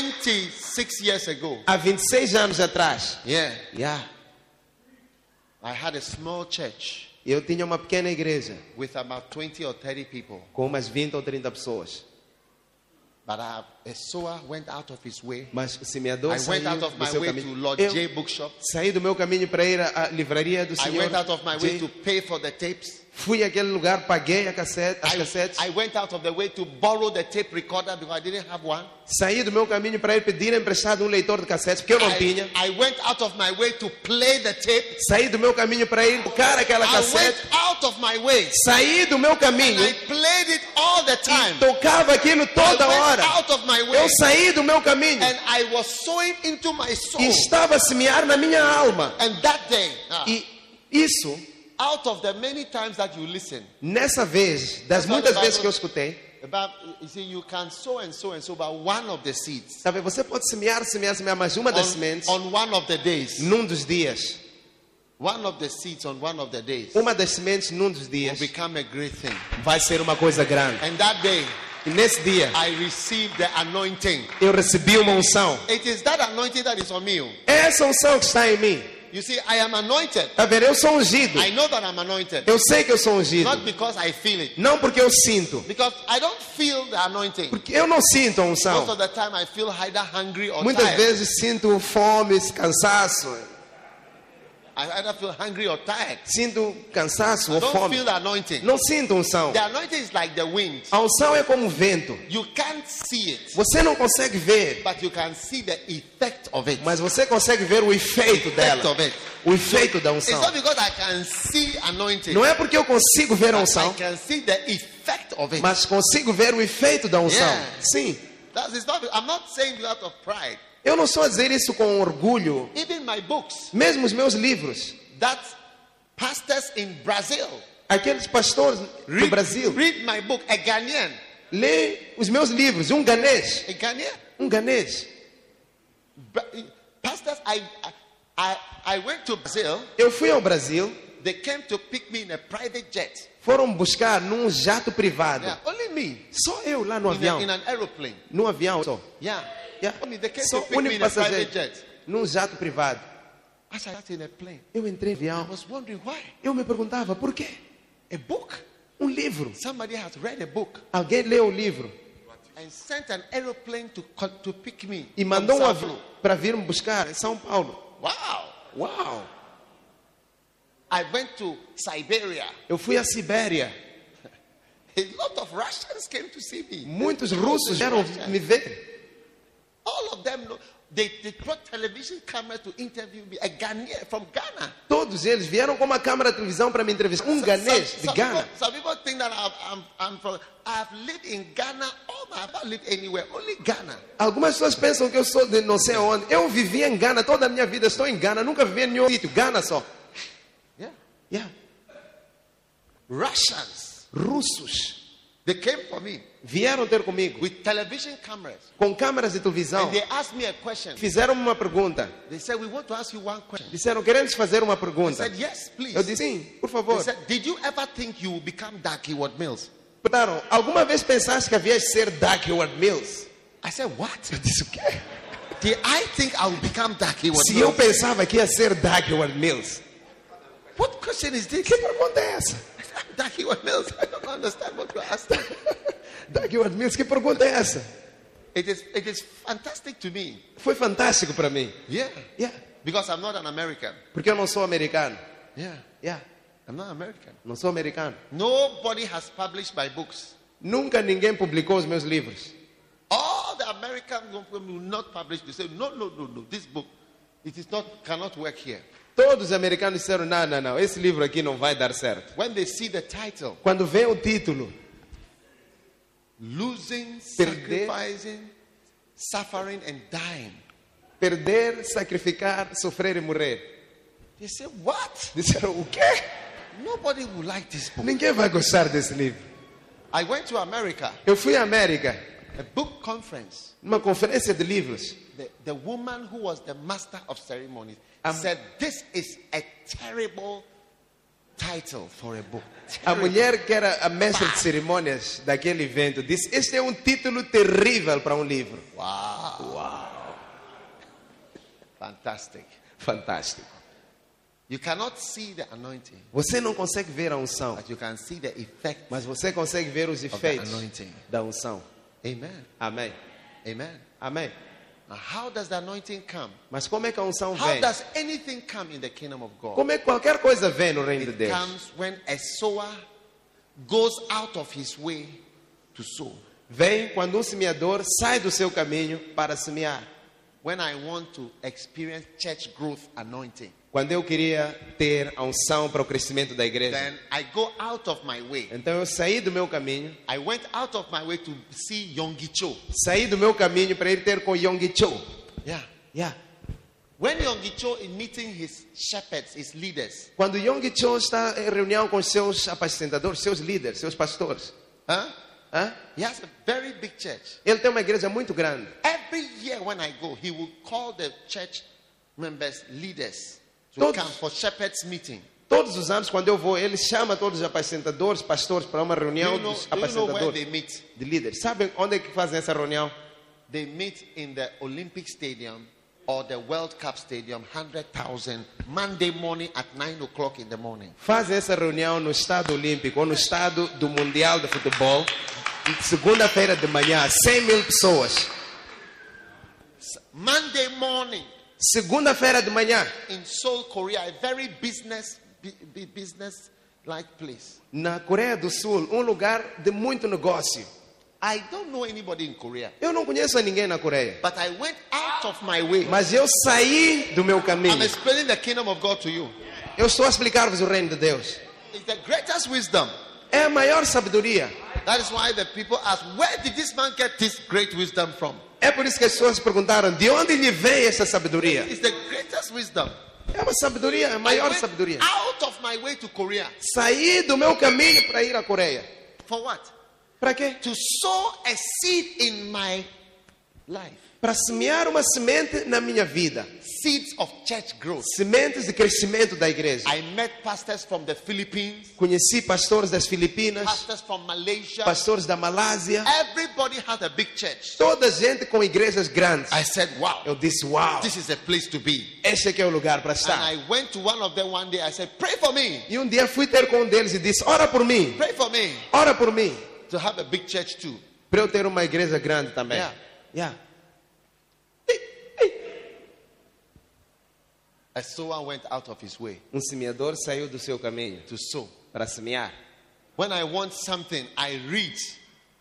26 years ago. há 26 anos atrás, Yeah, yeah, I had a small church eu tinha uma pequena igreja with about 20 or 30 people. com umas 20 ou 30 pessoas. But I, a sower went out of his way. Mas o semeador I went saiu out of do my seu way to caminho. Lord J Eu Bookshop. saí do meu caminho para ir à à livraria do I Senhor. went out of my J. way to pay for the tapes. Fui àquele lugar, paguei a cassete, as I, cassetes. I went out of the way to borrow the tape recorder because I didn't have one. Saí do meu caminho para ir pedir emprestado um leitor de cassetes, porque eu não I, tinha. I went out of my way to play the tape. Saí do meu caminho para ir tocar aquela I cassete. went out of my way. Saí do meu And caminho I played it all the time. tocava aquilo I toda went hora. out of my way. Eu saí do meu caminho And I was sowing into my soul. e estava a semear na minha alma. And that day, ah, E isso, out of the many times that you listen, nessa vez, das Sabe, muitas Bible- vezes que eu escutei, about you see, you can sow and sow and sow, but one of the seeds sabe, você pode semear, semear, semear, mas uma das on, sementes, on one of the days, num dos dias, one of the seeds on one of the days uma das sementes num dos will dias become a great thing. vai ser uma coisa grande. And that day, E nesse dia, I received the anointing. eu recebi uma unção. It is that anointing that is on me. oh. É essa unção que está em mim. You see, I am anointed. Tá vendo? Eu sou ungido. I know that I'm anointed. Eu sei que eu sou ungido. Not because I feel it. Não porque eu sinto. Because I don't feel the anointing. Porque eu não sinto a Most unção. of the time I feel either hungry or Muitas tired. vezes sinto fome, cansaço. I either feel hungry or tired. Sinto cansaço I ou don't feel fome. the anointing. Não sinto unção. The anointing is like the wind. A unção é como o vento. You can't see it, Você não consegue ver, but you can see the effect of it. mas você consegue ver o efeito Effect dela. of it. O efeito da It's unção. not because I can see anointing. Não é porque eu consigo ver but a I unção, can see the effect of it. mas consigo ver o efeito da unção. Yeah. Sim. That's, it's not, I'm not saying out of pride. Eu não sou a dizer isso com orgulho. Even my books, Mesmo os meus livros, that pastors in Brazil aqueles pastores do read, Brasil, read my book, a Ghanaian. lê os meus livros, um ganês, A Ghanaian. um ganês. Bra- Pastors, I, I, I went to Brazil. Eu fui ao Brasil, They came to pick me in a private jet. foram buscar num jato privado. Yeah, only me Só eu lá no in, a, avião, in an aeroplane. no avião só. Yeah. Yeah. Only they came Só to o pick me único in a private passageiro, jet. num jato privado. As I sat in a plane, Eu entrei no I avião, was wondering why. eu me perguntava por quê? A book? Um livro. Somebody has read a book Alguém leu o livro and sent an aeroplane to, co- to pick me. e from mandou um Sao avião Paulo. para vir me buscar em São Paulo. Wow. Uau! I went to Siberia. Eu fui à Sibéria. A lot of Russians came to see me. Muitos russos vieram me ver. All of them, know, they, they brought television camera to interview me. A Ghanaian from Ghana. Todos eles vieram com uma câmera de televisão para me entrevistar. Um ganês de some, Gana. People, some people think that I've, I'm, I'm from. I've lived in Ghana all my. I've not lived anywhere. Only Ghana. Algumas pessoas pensam que eu sou de não sei onde. Eu vivi em Gana toda a minha vida. Estou em Gana. Nunca vivi em nenhum sítio. Gana só. Yeah. Yeah. Russians. Russos They came for me vieram ter comigo with television cameras, com câmeras de televisão. and they asked me a question. Fizeram-me uma pergunta. They said, "We want to ask you one question." Disseram, queremos fazer uma I pergunta. said, "Yes, please." Eu disse, sim, por They favor. said, "Did you ever think you will become Dark Heward Mills?" Perguntaram, alguma vez pensaste que havias de ser Doug Howard Mills? I said, "What? Eu disse, o quê? Did I think I will become Dark Heward Se eu Mills?" pensava que ia ser Doug Howard Mills, What question is this? que pergunta é essa? Dark Heward Mills. I don't understand what you're asking. Doug Howard Mills, que pergunta é essa? It is. It is fantastic to me. Foi fantástico para mim. Yeah. Yeah, Because I'm not an American. porque eu não sou americano. Yeah, Yeah, I'm not American. não sou americano. Nobody has published my books. Nunca ninguém publicou os meus livros. All the American will not publish. They say, no, no, no, no. This book, it is not cannot work here. Todos os americanos disseram, não, não, não, esse livro aqui não vai dar certo. When they see the title, Quando vem o título, losing, Perder. sacrificing, suffering, and dying, perder, sacrificar, sofrer e morrer. they say, what? Disseram, o quê? Nobody will like this book. Ninguém vai gostar desse livro. I went to America, Eu fui à América, a book conference. numa conferência de livros. The, the woman who was the master of ceremonies Am- said, This is a terrible title for a book. A mulher que era a mestra de cerimônias daquele evento disse: Este é um título terrível para um livro. Wow. Fantastic. Fantástico. You cannot see the anointing, Você não consegue ver a unção, but you can see the effect. mas você consegue ver os efeitos anointing. da unção. Amen. Amém. Amen. Amém. Now, how does the anointing come? Mas como é que a unção How vem? does anything come in the kingdom of God? Como é que qualquer coisa vem no reino de It Deus? comes when a sower goes out of his way to sow. Vem quando um semeador sai do seu caminho para semear. When I want to experience church growth anointing, Quando eu queria ter a unção para o crescimento da igreja, then I go out of my way. então eu saí do meu caminho I went out of my way to see Yonggi Cho. saí do meu caminho para ir ter com Yonggi Cho. Yeah. Yeah. When Yonggi Cho is meeting his shepherds, his leaders, Quando Yonggi Cho está em reunião com seus apacentadores, seus líderes, seus pastores, huh? hã? he has a very big church. ele tem uma igreja muito grande. Every year when I go, he will call the church members, leaders, to Todos. come for shepherds meeting. Todos os anos, quando eu vou, ele chama todos os apacentadores, pastores, para uma Do reunião you know, dos do you know where they apacentadores, meet? de líderes. Sabem onde é que fazem essa reunião? They meet in the Olympic Stadium or the World Cup Stadium, 100,000, Monday morning at 9 o'clock in the morning. Fazem essa reunião no Estado Olímpico ou no Estado do Mundial de Futebol, segunda-feira de manhã, 100 mil pessoas. Monday morning Segunda-feira de manhã, in Seoul, Korea, a very business, bu- bu- business-like place. na Coreia do Sul, um lugar de muito negócio. I don't know anybody in Korea, Eu não conheço a ninguém na Coreia, but I went out of my way. mas eu saí do meu caminho. I'm explaining the kingdom of God to you. Eu estou a explicar-vos o reino de Deus. It's the greatest wisdom. É a maior sabedoria. That is why the people ask, where did this man get this great wisdom from? É por isso que as pessoas perguntaram de onde lhe vem essa sabedoria. It's the greatest wisdom. É uma sabedoria, a I maior went sabedoria. Out of my way to Korea. Saí do meu caminho para ir à Coreia. For what? Para quê? To sow a seed in my life. Para semear uma semente na minha vida. Seeds of church growth. Sementes de crescimento da igreja. I met pastors from the Philippines, Conheci pastores das Filipinas, pastors from Malaysia. pastores da Malásia. Everybody had a big church. Toda gente com igrejas grandes. I said, wow, Eu disse, uau, this is a place to be. este é que é o lugar para And estar. I went to one of them one day. I said, pray for me. E um dia fui ter com um deles e disse, ora por mim, Pray for me ora por mim. to have a big church too. Para eu ter uma igreja grande também. Yeah. Yeah. A sower went out of his way Um semeador saiu do seu caminho to sow. para semear. When I want something, I read.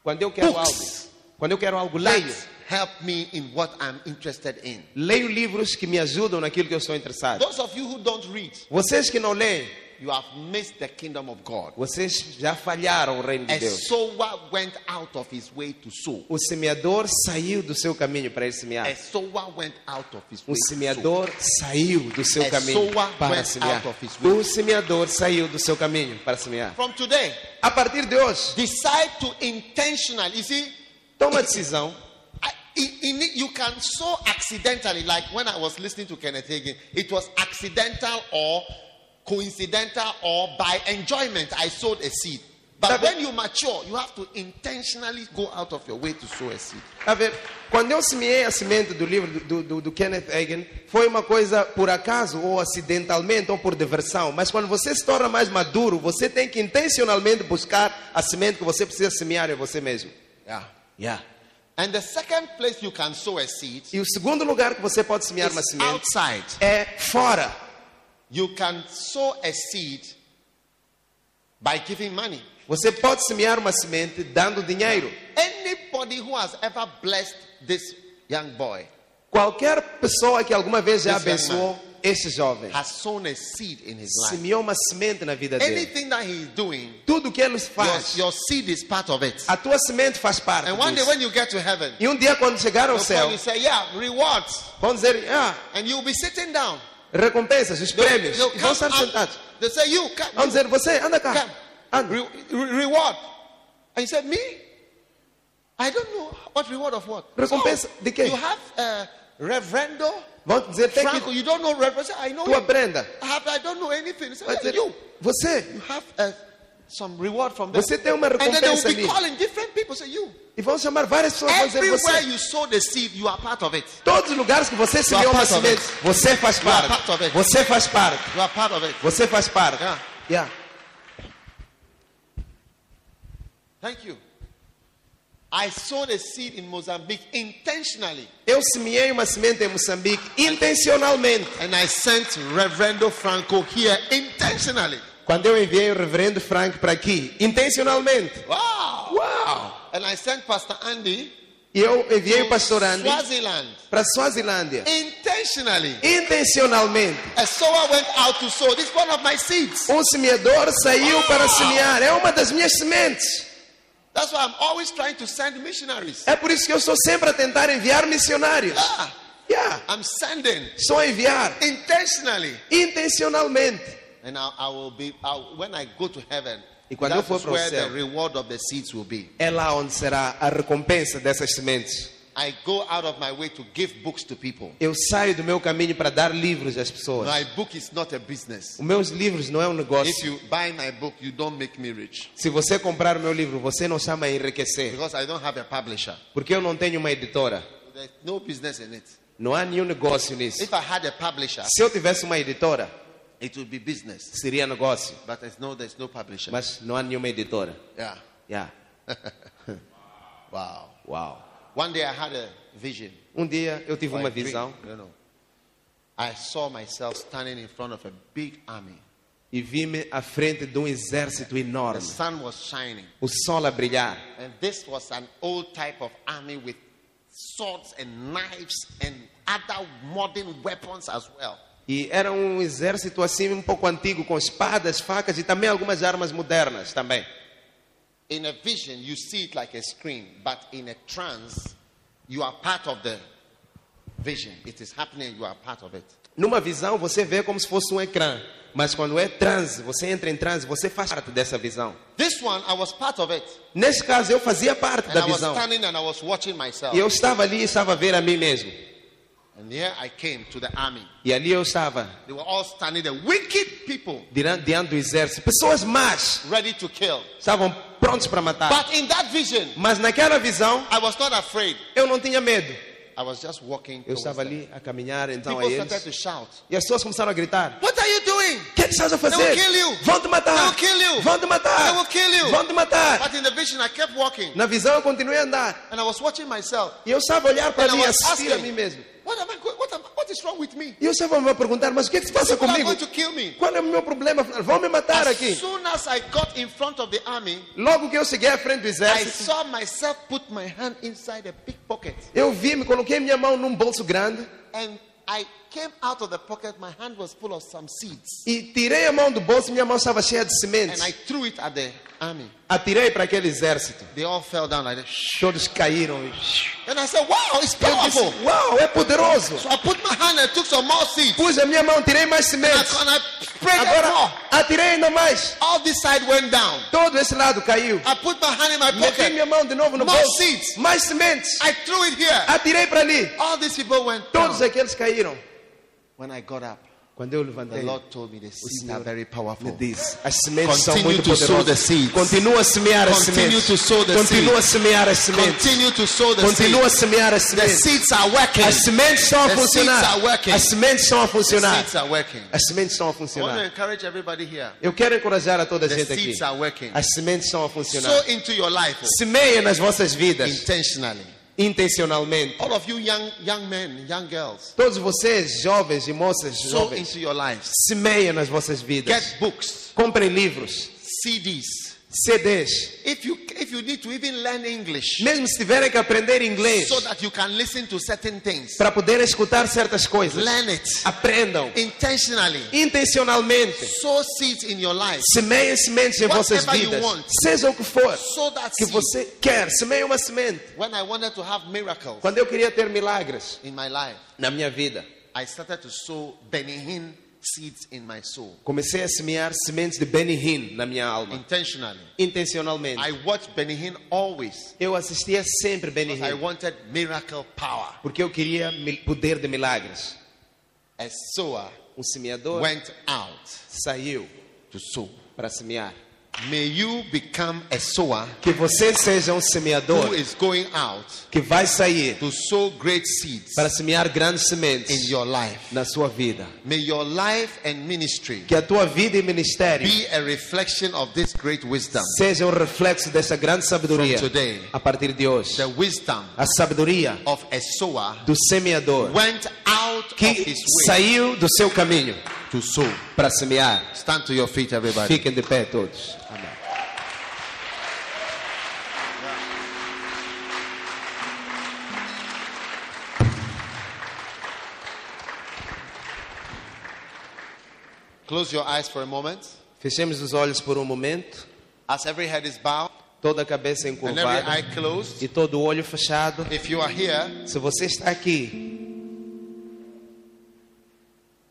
Quando eu quero Books. algo, quando eu quero algo, leio. That help me in what I'm interested in. Leio livros que me ajudam naquilo que eu estou interessado. Those of you who don't read, Vocês que não leem, you have missed the kingdom of God. vocês já falharam o reino de A Deus. sower went out of his way to sow. O semeador saiu do seu caminho para ir A semear. sower went out of his O way to sow. semeador saiu do seu A caminho sower para went semear. out of his way. O semeador saiu do seu caminho para semear. From today, A partir de hoje, decide to intentional. You see, toma a decisão. I, in, in it, you can sow accidentally. Like when I was listening to Kenneth Hagin, it was accidental or coincidental or by enjoyment. I sowed a seed. But That- when you mature, you have to intentionally go out of your way to sow a seed. A ver, quando eu semeei a semente do livro do, do, do Kenneth Hagin, foi uma coisa por acaso, ou acidentalmente, ou por diversão. Mas quando você se torna mais maduro, você tem que intencionalmente buscar a semente que você precisa semear em você mesmo. Yeah. Yeah. And the second place you can sow a seed E o segundo lugar que você pode semear uma is semente outside. é fora. You can sow a seed by giving money. Você pode semear uma semente dando dinheiro. Anybody who has ever blessed this young boy Qualquer pessoa que alguma vez já Esse é abençoou este jovem, has sown a seed in his life. semeou uma semente na vida dele. Anything that he is doing, Tudo que ele your, faz, your seed is part of it. a tua semente faz parte. And one day disso. when you get to heaven, E um dia quando chegar ao they'll céu, call you say, Yeah, rewards. vão dizer, ah, And you'll be sitting down. recompensas, os prêmios. They'll E come vão estar out. sentados. They say, You come, Vão dizer, você, anda cá. come. Anda. Re- re- reward. And you say, Me? I don't know what reward of what. Recompensa de quê? You have uh, Reverendo Vão te dizer, tem Franco. que You don't know Reverendo. I know. tu him. aprenda. I, have, I don't know anything. Say, Vai yeah, dizer, you. você. You have uh, some reward from them. Você tem uma and then they recompensa will be ali. calling different people. Say, You. E vão chamar várias pessoas, vão dizer, Everywhere você. you sow the seed, you are part of it. Todos os lugares que você semeou uma part of semente, it. você faz You are parte. part of it. Você faz parte. You are part of it. Você faz parte. Yeah. Yeah. Thank you. I sowed a seed in Mozambique intentionally, Eu semeei uma semente em Moçambique intencionalmente. and I sent Reverendo Franco here intentionally. Quando eu enviei o reverendo Frank para aqui, intencionalmente. Wow! Uau! And I sent Pastor Andy E eu enviei o pastor Andy Swaziland para Suazilândia. intentionally. Intencionalmente. A sower went out to sow. This is one of my seeds. Um semeador Ah. saiu para semear. É uma das minhas sementes. That's why I'm always trying to send missionaries. É por isso que eu estou sempre a tentar enviar missionários. Ah, Yeah. I'm sending Estou a enviar intentionally. intencionalmente. And I, I will be, I, when I go to heaven, E quando eu that for is pro where céu. the reward of the seeds will be. É lá onde será a recompensa dessas sementes. I go out of my way to give books to people. Eu saio do meu caminho para dar livros às pessoas. My book is not a business. Os meus livros não é um If negócio. you buy my book, you don't make me rich Se você comprar o meu livro, você não chama a enriquecer. because I don't have a publisher. Porque eu não tenho uma editora. There's no business in it. Não há nenhum negócio nisso. If I had a publisher, Se eu tivesse uma editora, it would be business. seria negócio. But there's no, there's no publisher. Mas não há nenhuma editora. yeah. Yeah. Wow. Uau. One day I had a vision. Um dia eu tive or a uma dream, visão I don't know. I saw myself standing in front of a big army. e vi-me à frente de um exército The enorme. sun was shining. O sol a brilhar. And this was an old type of army with swords and knives and other modern weapons as well. E era um exército assim um pouco antigo, com espadas, facas e também algumas armas modernas também. In a vision, you see it like a screen, but in a trance, you are part of the vision. It is happening, you are part of it. Numa visão você vê como se fosse um ecrã, mas quando é transe, você entra em transe, você faz parte dessa visão. This one, I was part of it. Neste caso eu fazia parte And da I was visão. standing and I was watching myself. E eu estava ali e estava a ver a mim mesmo. And here I came to the army. E ali eu estava, They were all standing there, wicked people, diante, diante do exército, pessoas más, ready to kill. estavam prontos para matar. But in that vision, Mas naquela visão I was not afraid. eu não tinha medo. I was just walking. Eu towards estava them. ali a caminhar então People a started to eles. shout. E as pessoas começaram a gritar: What are you doing? O que é que estás a They fazer? will kill you. Vão te They matar! will kill you. Vão te They matar! will kill you. Vão te matar! But in the vision, I kept walking. Na visão eu continuei a andar. And I was watching myself. E eu estava a olhar para And I mim, was assistir a asking, mim mesmo. What, am I going, what, am, what is wrong with me? E eu estava a me perguntar, mas o que é que se passa People are comigo? going to kill me. Qual é o meu problema? afinal? Vão me matar aqui. As soon as I got in front of the army, Logo que eu cheguei à frente do I exército, saw myself put my hand inside a big pocket. eu vi, me coloquei minha mão num bolso grande And I came out of the pocket. My hand was full of some seeds. e tirei a mão do bolso e minha mão estava cheia de sementes. And I threw it at the army. Atirei para aquele exército. They all fell down like this. Todos caíram. E... And I said, wow, it's Eu disse, powerful. uau, é poderoso. So I put my hand and took some more seeds. Pus a minha mão, tirei mais And I, sementes. and I sprayed it Agora more. atirei ainda mais. All this side went down. Todo esse lado caiu. I put my hand in my Meti pocket. minha mão de novo no More bolso. seeds. Mais sementes. I threw it here. Atirei para ali. All these people went Todos down. aqueles caíram. When I got up, Quando eu the levantei, Lord told me the seeds Senhor are very me powerful. disse, as sementes são Continue muito to sow the poderosas. seeds. Continua a semear as Continue sementes. to sow the Continua a semear as sementes. Continue to sow the Continua a seeds. semear as The sementes. seeds are working. As sementes estão a The seeds funcionar. are working. As sementes estão a The funcionar. seeds are working. As sementes estão a I want to funcionar. encourage everybody here. Eu quero encorajar a toda a The gente aqui. seeds are working. As sementes estão a Sow funcionar. into your life oh, Semeia nas vossas vidas, intentionally. intencionalmente. All of you young young men, young girls, Todos vocês, jovens e moças sow jovens, into your lives. semeia nas vossas vidas. Get books, Comprem livros, CDs. CDs. If you if you need to even learn English Mesmo se tiverem que aprender inglês so that you can listen to certain things, para poderem escutar certas coisas, learn it aprendam intentionally. intencionalmente. Sow seeds in your life. Semeiem sementes em vossas Whatever you vidas, want. seja o que for Sow that que seed. você quer. Semeie uma semente. When I wanted to have miracles Quando eu queria ter milagres in my life, na minha vida, I started to sow Benihin seeds in my soul comecei a semear sementes de Benny Hinn na minha alma, intentionally. intencionalmente. I watched Benihin always. Eu assistia sempre Benny I Hinn wanted miracle power. porque eu queria mil- poder de milagres. A sower Um semeador went out saiu to sow. para semear. May you become a sower Que você seja um who semeador is going out que vai sair to sow great seeds para semear grandes in sementes your life. na sua vida. May your life and ministry Que a tua vida e ministério be a reflection of this great wisdom. seja um reflexo dessa grande sabedoria From today. a partir de hoje. The wisdom A sabedoria of a sower do semeador went out of que his way saiu do seu caminho to sow. para semear. Stand to your feet, everybody. Fiquem de pé todos. Amém. Close your eyes for a moment. Fechemos os olhos por um momento, As every head is bowed toda a cabeça and every eye encurvada closed. e todo o olho fechado. If you are here Se você está aqui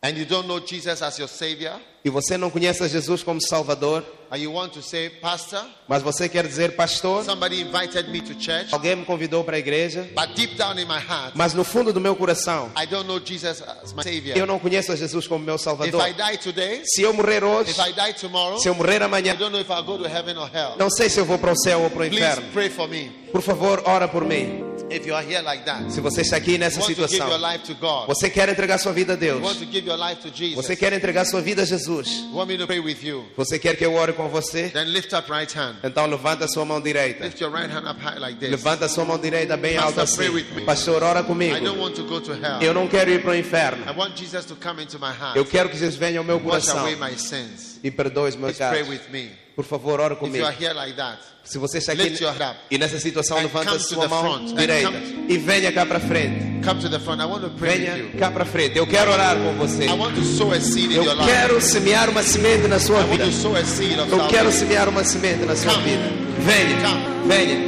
and you don't know Jesus as your Savior, e e você não conhece a Jesus como Salvador, and you want to say, Pastor, mas você quer dizer pastor, somebody invited me to church, alguém me convidou para a igreja, but deep down in my heart, mas no fundo do meu coração, I don't know Jesus as my eu Savior. não conheço a Jesus como meu If Salvador. I die today, Se eu morrer hoje, if I die tomorrow, se eu morrer I amanhã, don't know if I'll go to heaven or hell. não sei se eu vou para o céu ou para o Please inferno. pray for me Por favor, ora por mim. if you are here like that. Se você está aqui You nessa want to give situação, your life to God. você quer entregar sua vida a You want Deus, to give your life to Jesus. você quer entregar sua vida a Jesus, You want me to pray with you? você quer que eu ore com você, Then lift up right hand. então levanta sua mão direita. Lift your right hand up high like this. Levanta sua mão direita bem Pastor, alta assim. pray with me. Pastor, ora I don't comigo. want to go to hell. Eu não quero ir para o I inferno. want Jesus to come into my heart. Eu quero que Jesus venha ao meu Wash coração away my sins. e perdoe os meus Please pray pecados. with me. Por favor, ora If you comigo. are here like that, Se você está aqui lift your hand up. e nessa situação, And levanta come to sua the mão front. And direita come- e venha cá para frente. Come to the front. I want to pray with Venha you. cá para frente. Eu quero orar com você. I want to sow a seed in Eu your life. quero semear uma semente na sua I want vida. to sow a seed of Eu salvation. quero semear uma semente na sua Come. vida. Venha, Come. venha.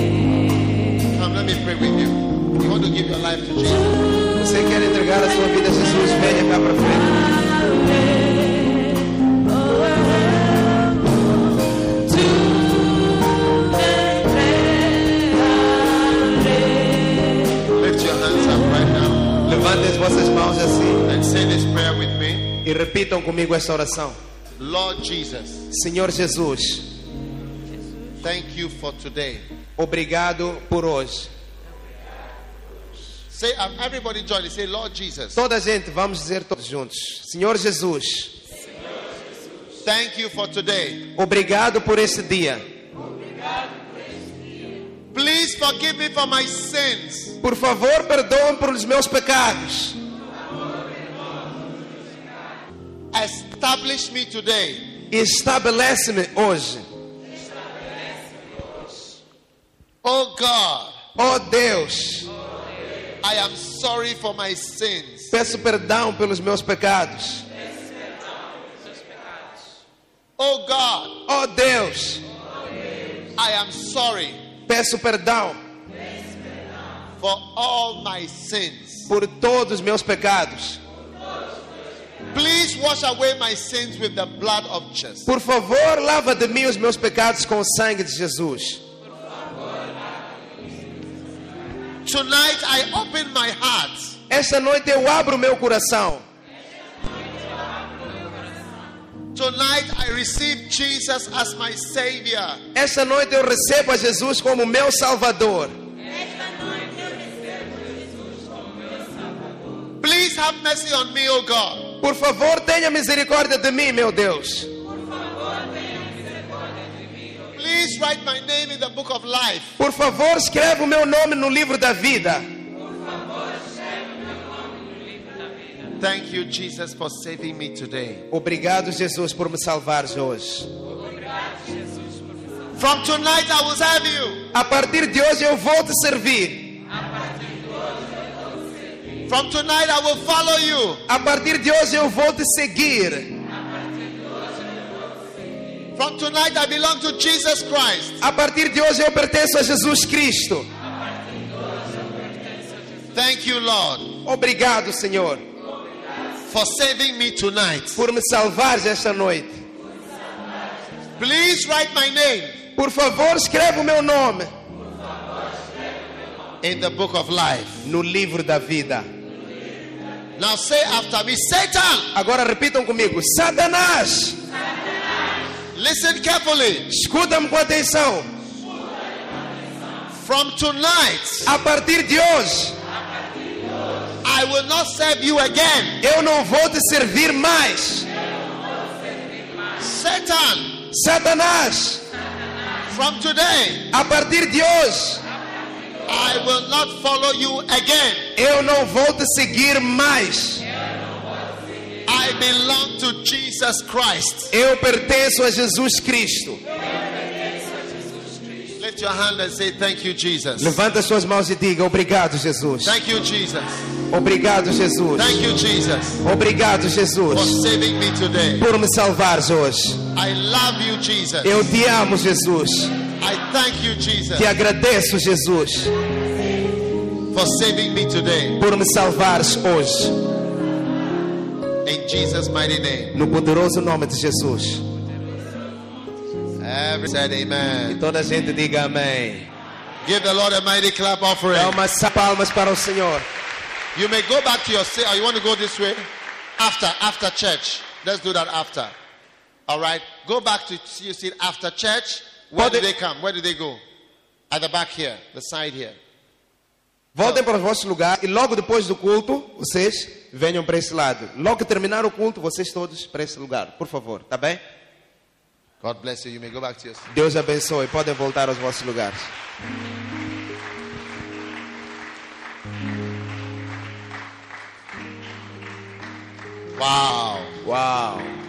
Come, let me pray with you. You want to give your life to Jesus? Você quer entregar a sua vida a Jesus? Venha cá para frente. Lift your hands up right now Levantem as vossas mãos assim and say this prayer with me. e repitam comigo esta oração. Lord Jesus, Senhor Jesus, thank you for today. obrigado por hoje. Say, um, everybody join it. Say, Lord Jesus, Toda a gente, vamos dizer todos juntos. Senhor Jesus, thank you for today. obrigado por este dia. Please forgive me for my sins. Por favor, perdoa-me por os meus pecados. Establish me today. E estabelece-me hoje. Oh God, Ó Deus, I am sorry for my sins. peço perdão pelos meus pecados. Oh God, Ó Deus, I am sorry peço perdão for all my sins. por todos os meus pecados. Please wash away my sins with the blood of Jesus. Por favor, lava de mim os meus pecados com o sangue de Jesus. Tonight I open my heart Esta noite eu abro o meu coração. Tonight I receive Jesus as my Savior. Esta noite eu recebo a Jesus como meu Salvador. Please have mercy on me, O God. Por favor, tenha misericórdia de mim, meu Deus. Please write my name in the book of life. Por favor, escreva o meu nome no livro da vida. Thank you, Jesus, for saving me today. Obrigado, Jesus, por me salvar hoje. From tonight I will serve you. A partir de hoje eu vou te servir. From tonight I will follow you. A partir de hoje eu vou te seguir. From tonight I belong to Jesus Christ. A partir de hoje eu pertenço a Jesus Cristo. Thank you, Lord, Obrigado, Senhor, for saving me tonight. por me salvar esta noite. Please write my name Por favor, escreva o meu nome in the book of life. no livro da vida. Now say after me Satan, Agora repitam comigo: Satanás, listen carefully. escuta-me com atenção. From tonight A partir de hoje, I will not serve you again. eu não vou te servir mais. Satan, Satanás, from today, a partir de hoje, I will not follow you again. eu não vou te seguir mais. I belong to Jesus Christ. Eu pertenço a Jesus Cristo. Lift your hand and say, Thank you, Jesus. Levanta as suas mãos e diga: Obrigado, Jesus. Thank you, Jesus. Obrigado, Jesus. Thank you, Jesus, Obrigado, for Jesus, saving me today. por me salvares hoje. I love you, Jesus. Eu te amo, Jesus. I thank you, Jesus, Te agradeço, Jesus, for saving me today. por me salvares hoje. In Jesus' mighty name. No poderoso nome de Jesus. Every said E amen. toda a gente diga amém. Give the Lord a mighty clap offering. Dá umas palmas para o Senhor. You may go back to your seat, or you want to go this way? After, after church. Let's do that after. All right. Go back to your seat after church. Where But do the- they come? Where do they go? At the back here, the side here. Voltem para o vosso lugar e logo depois do culto, vocês venham para este lado. Logo que terminar o culto, vocês todos para este lugar, por favor, tá bem? God bless you. You may go back to your seat. Deus abençoe. Podem voltar aos vossos lugares. Wow. Uau!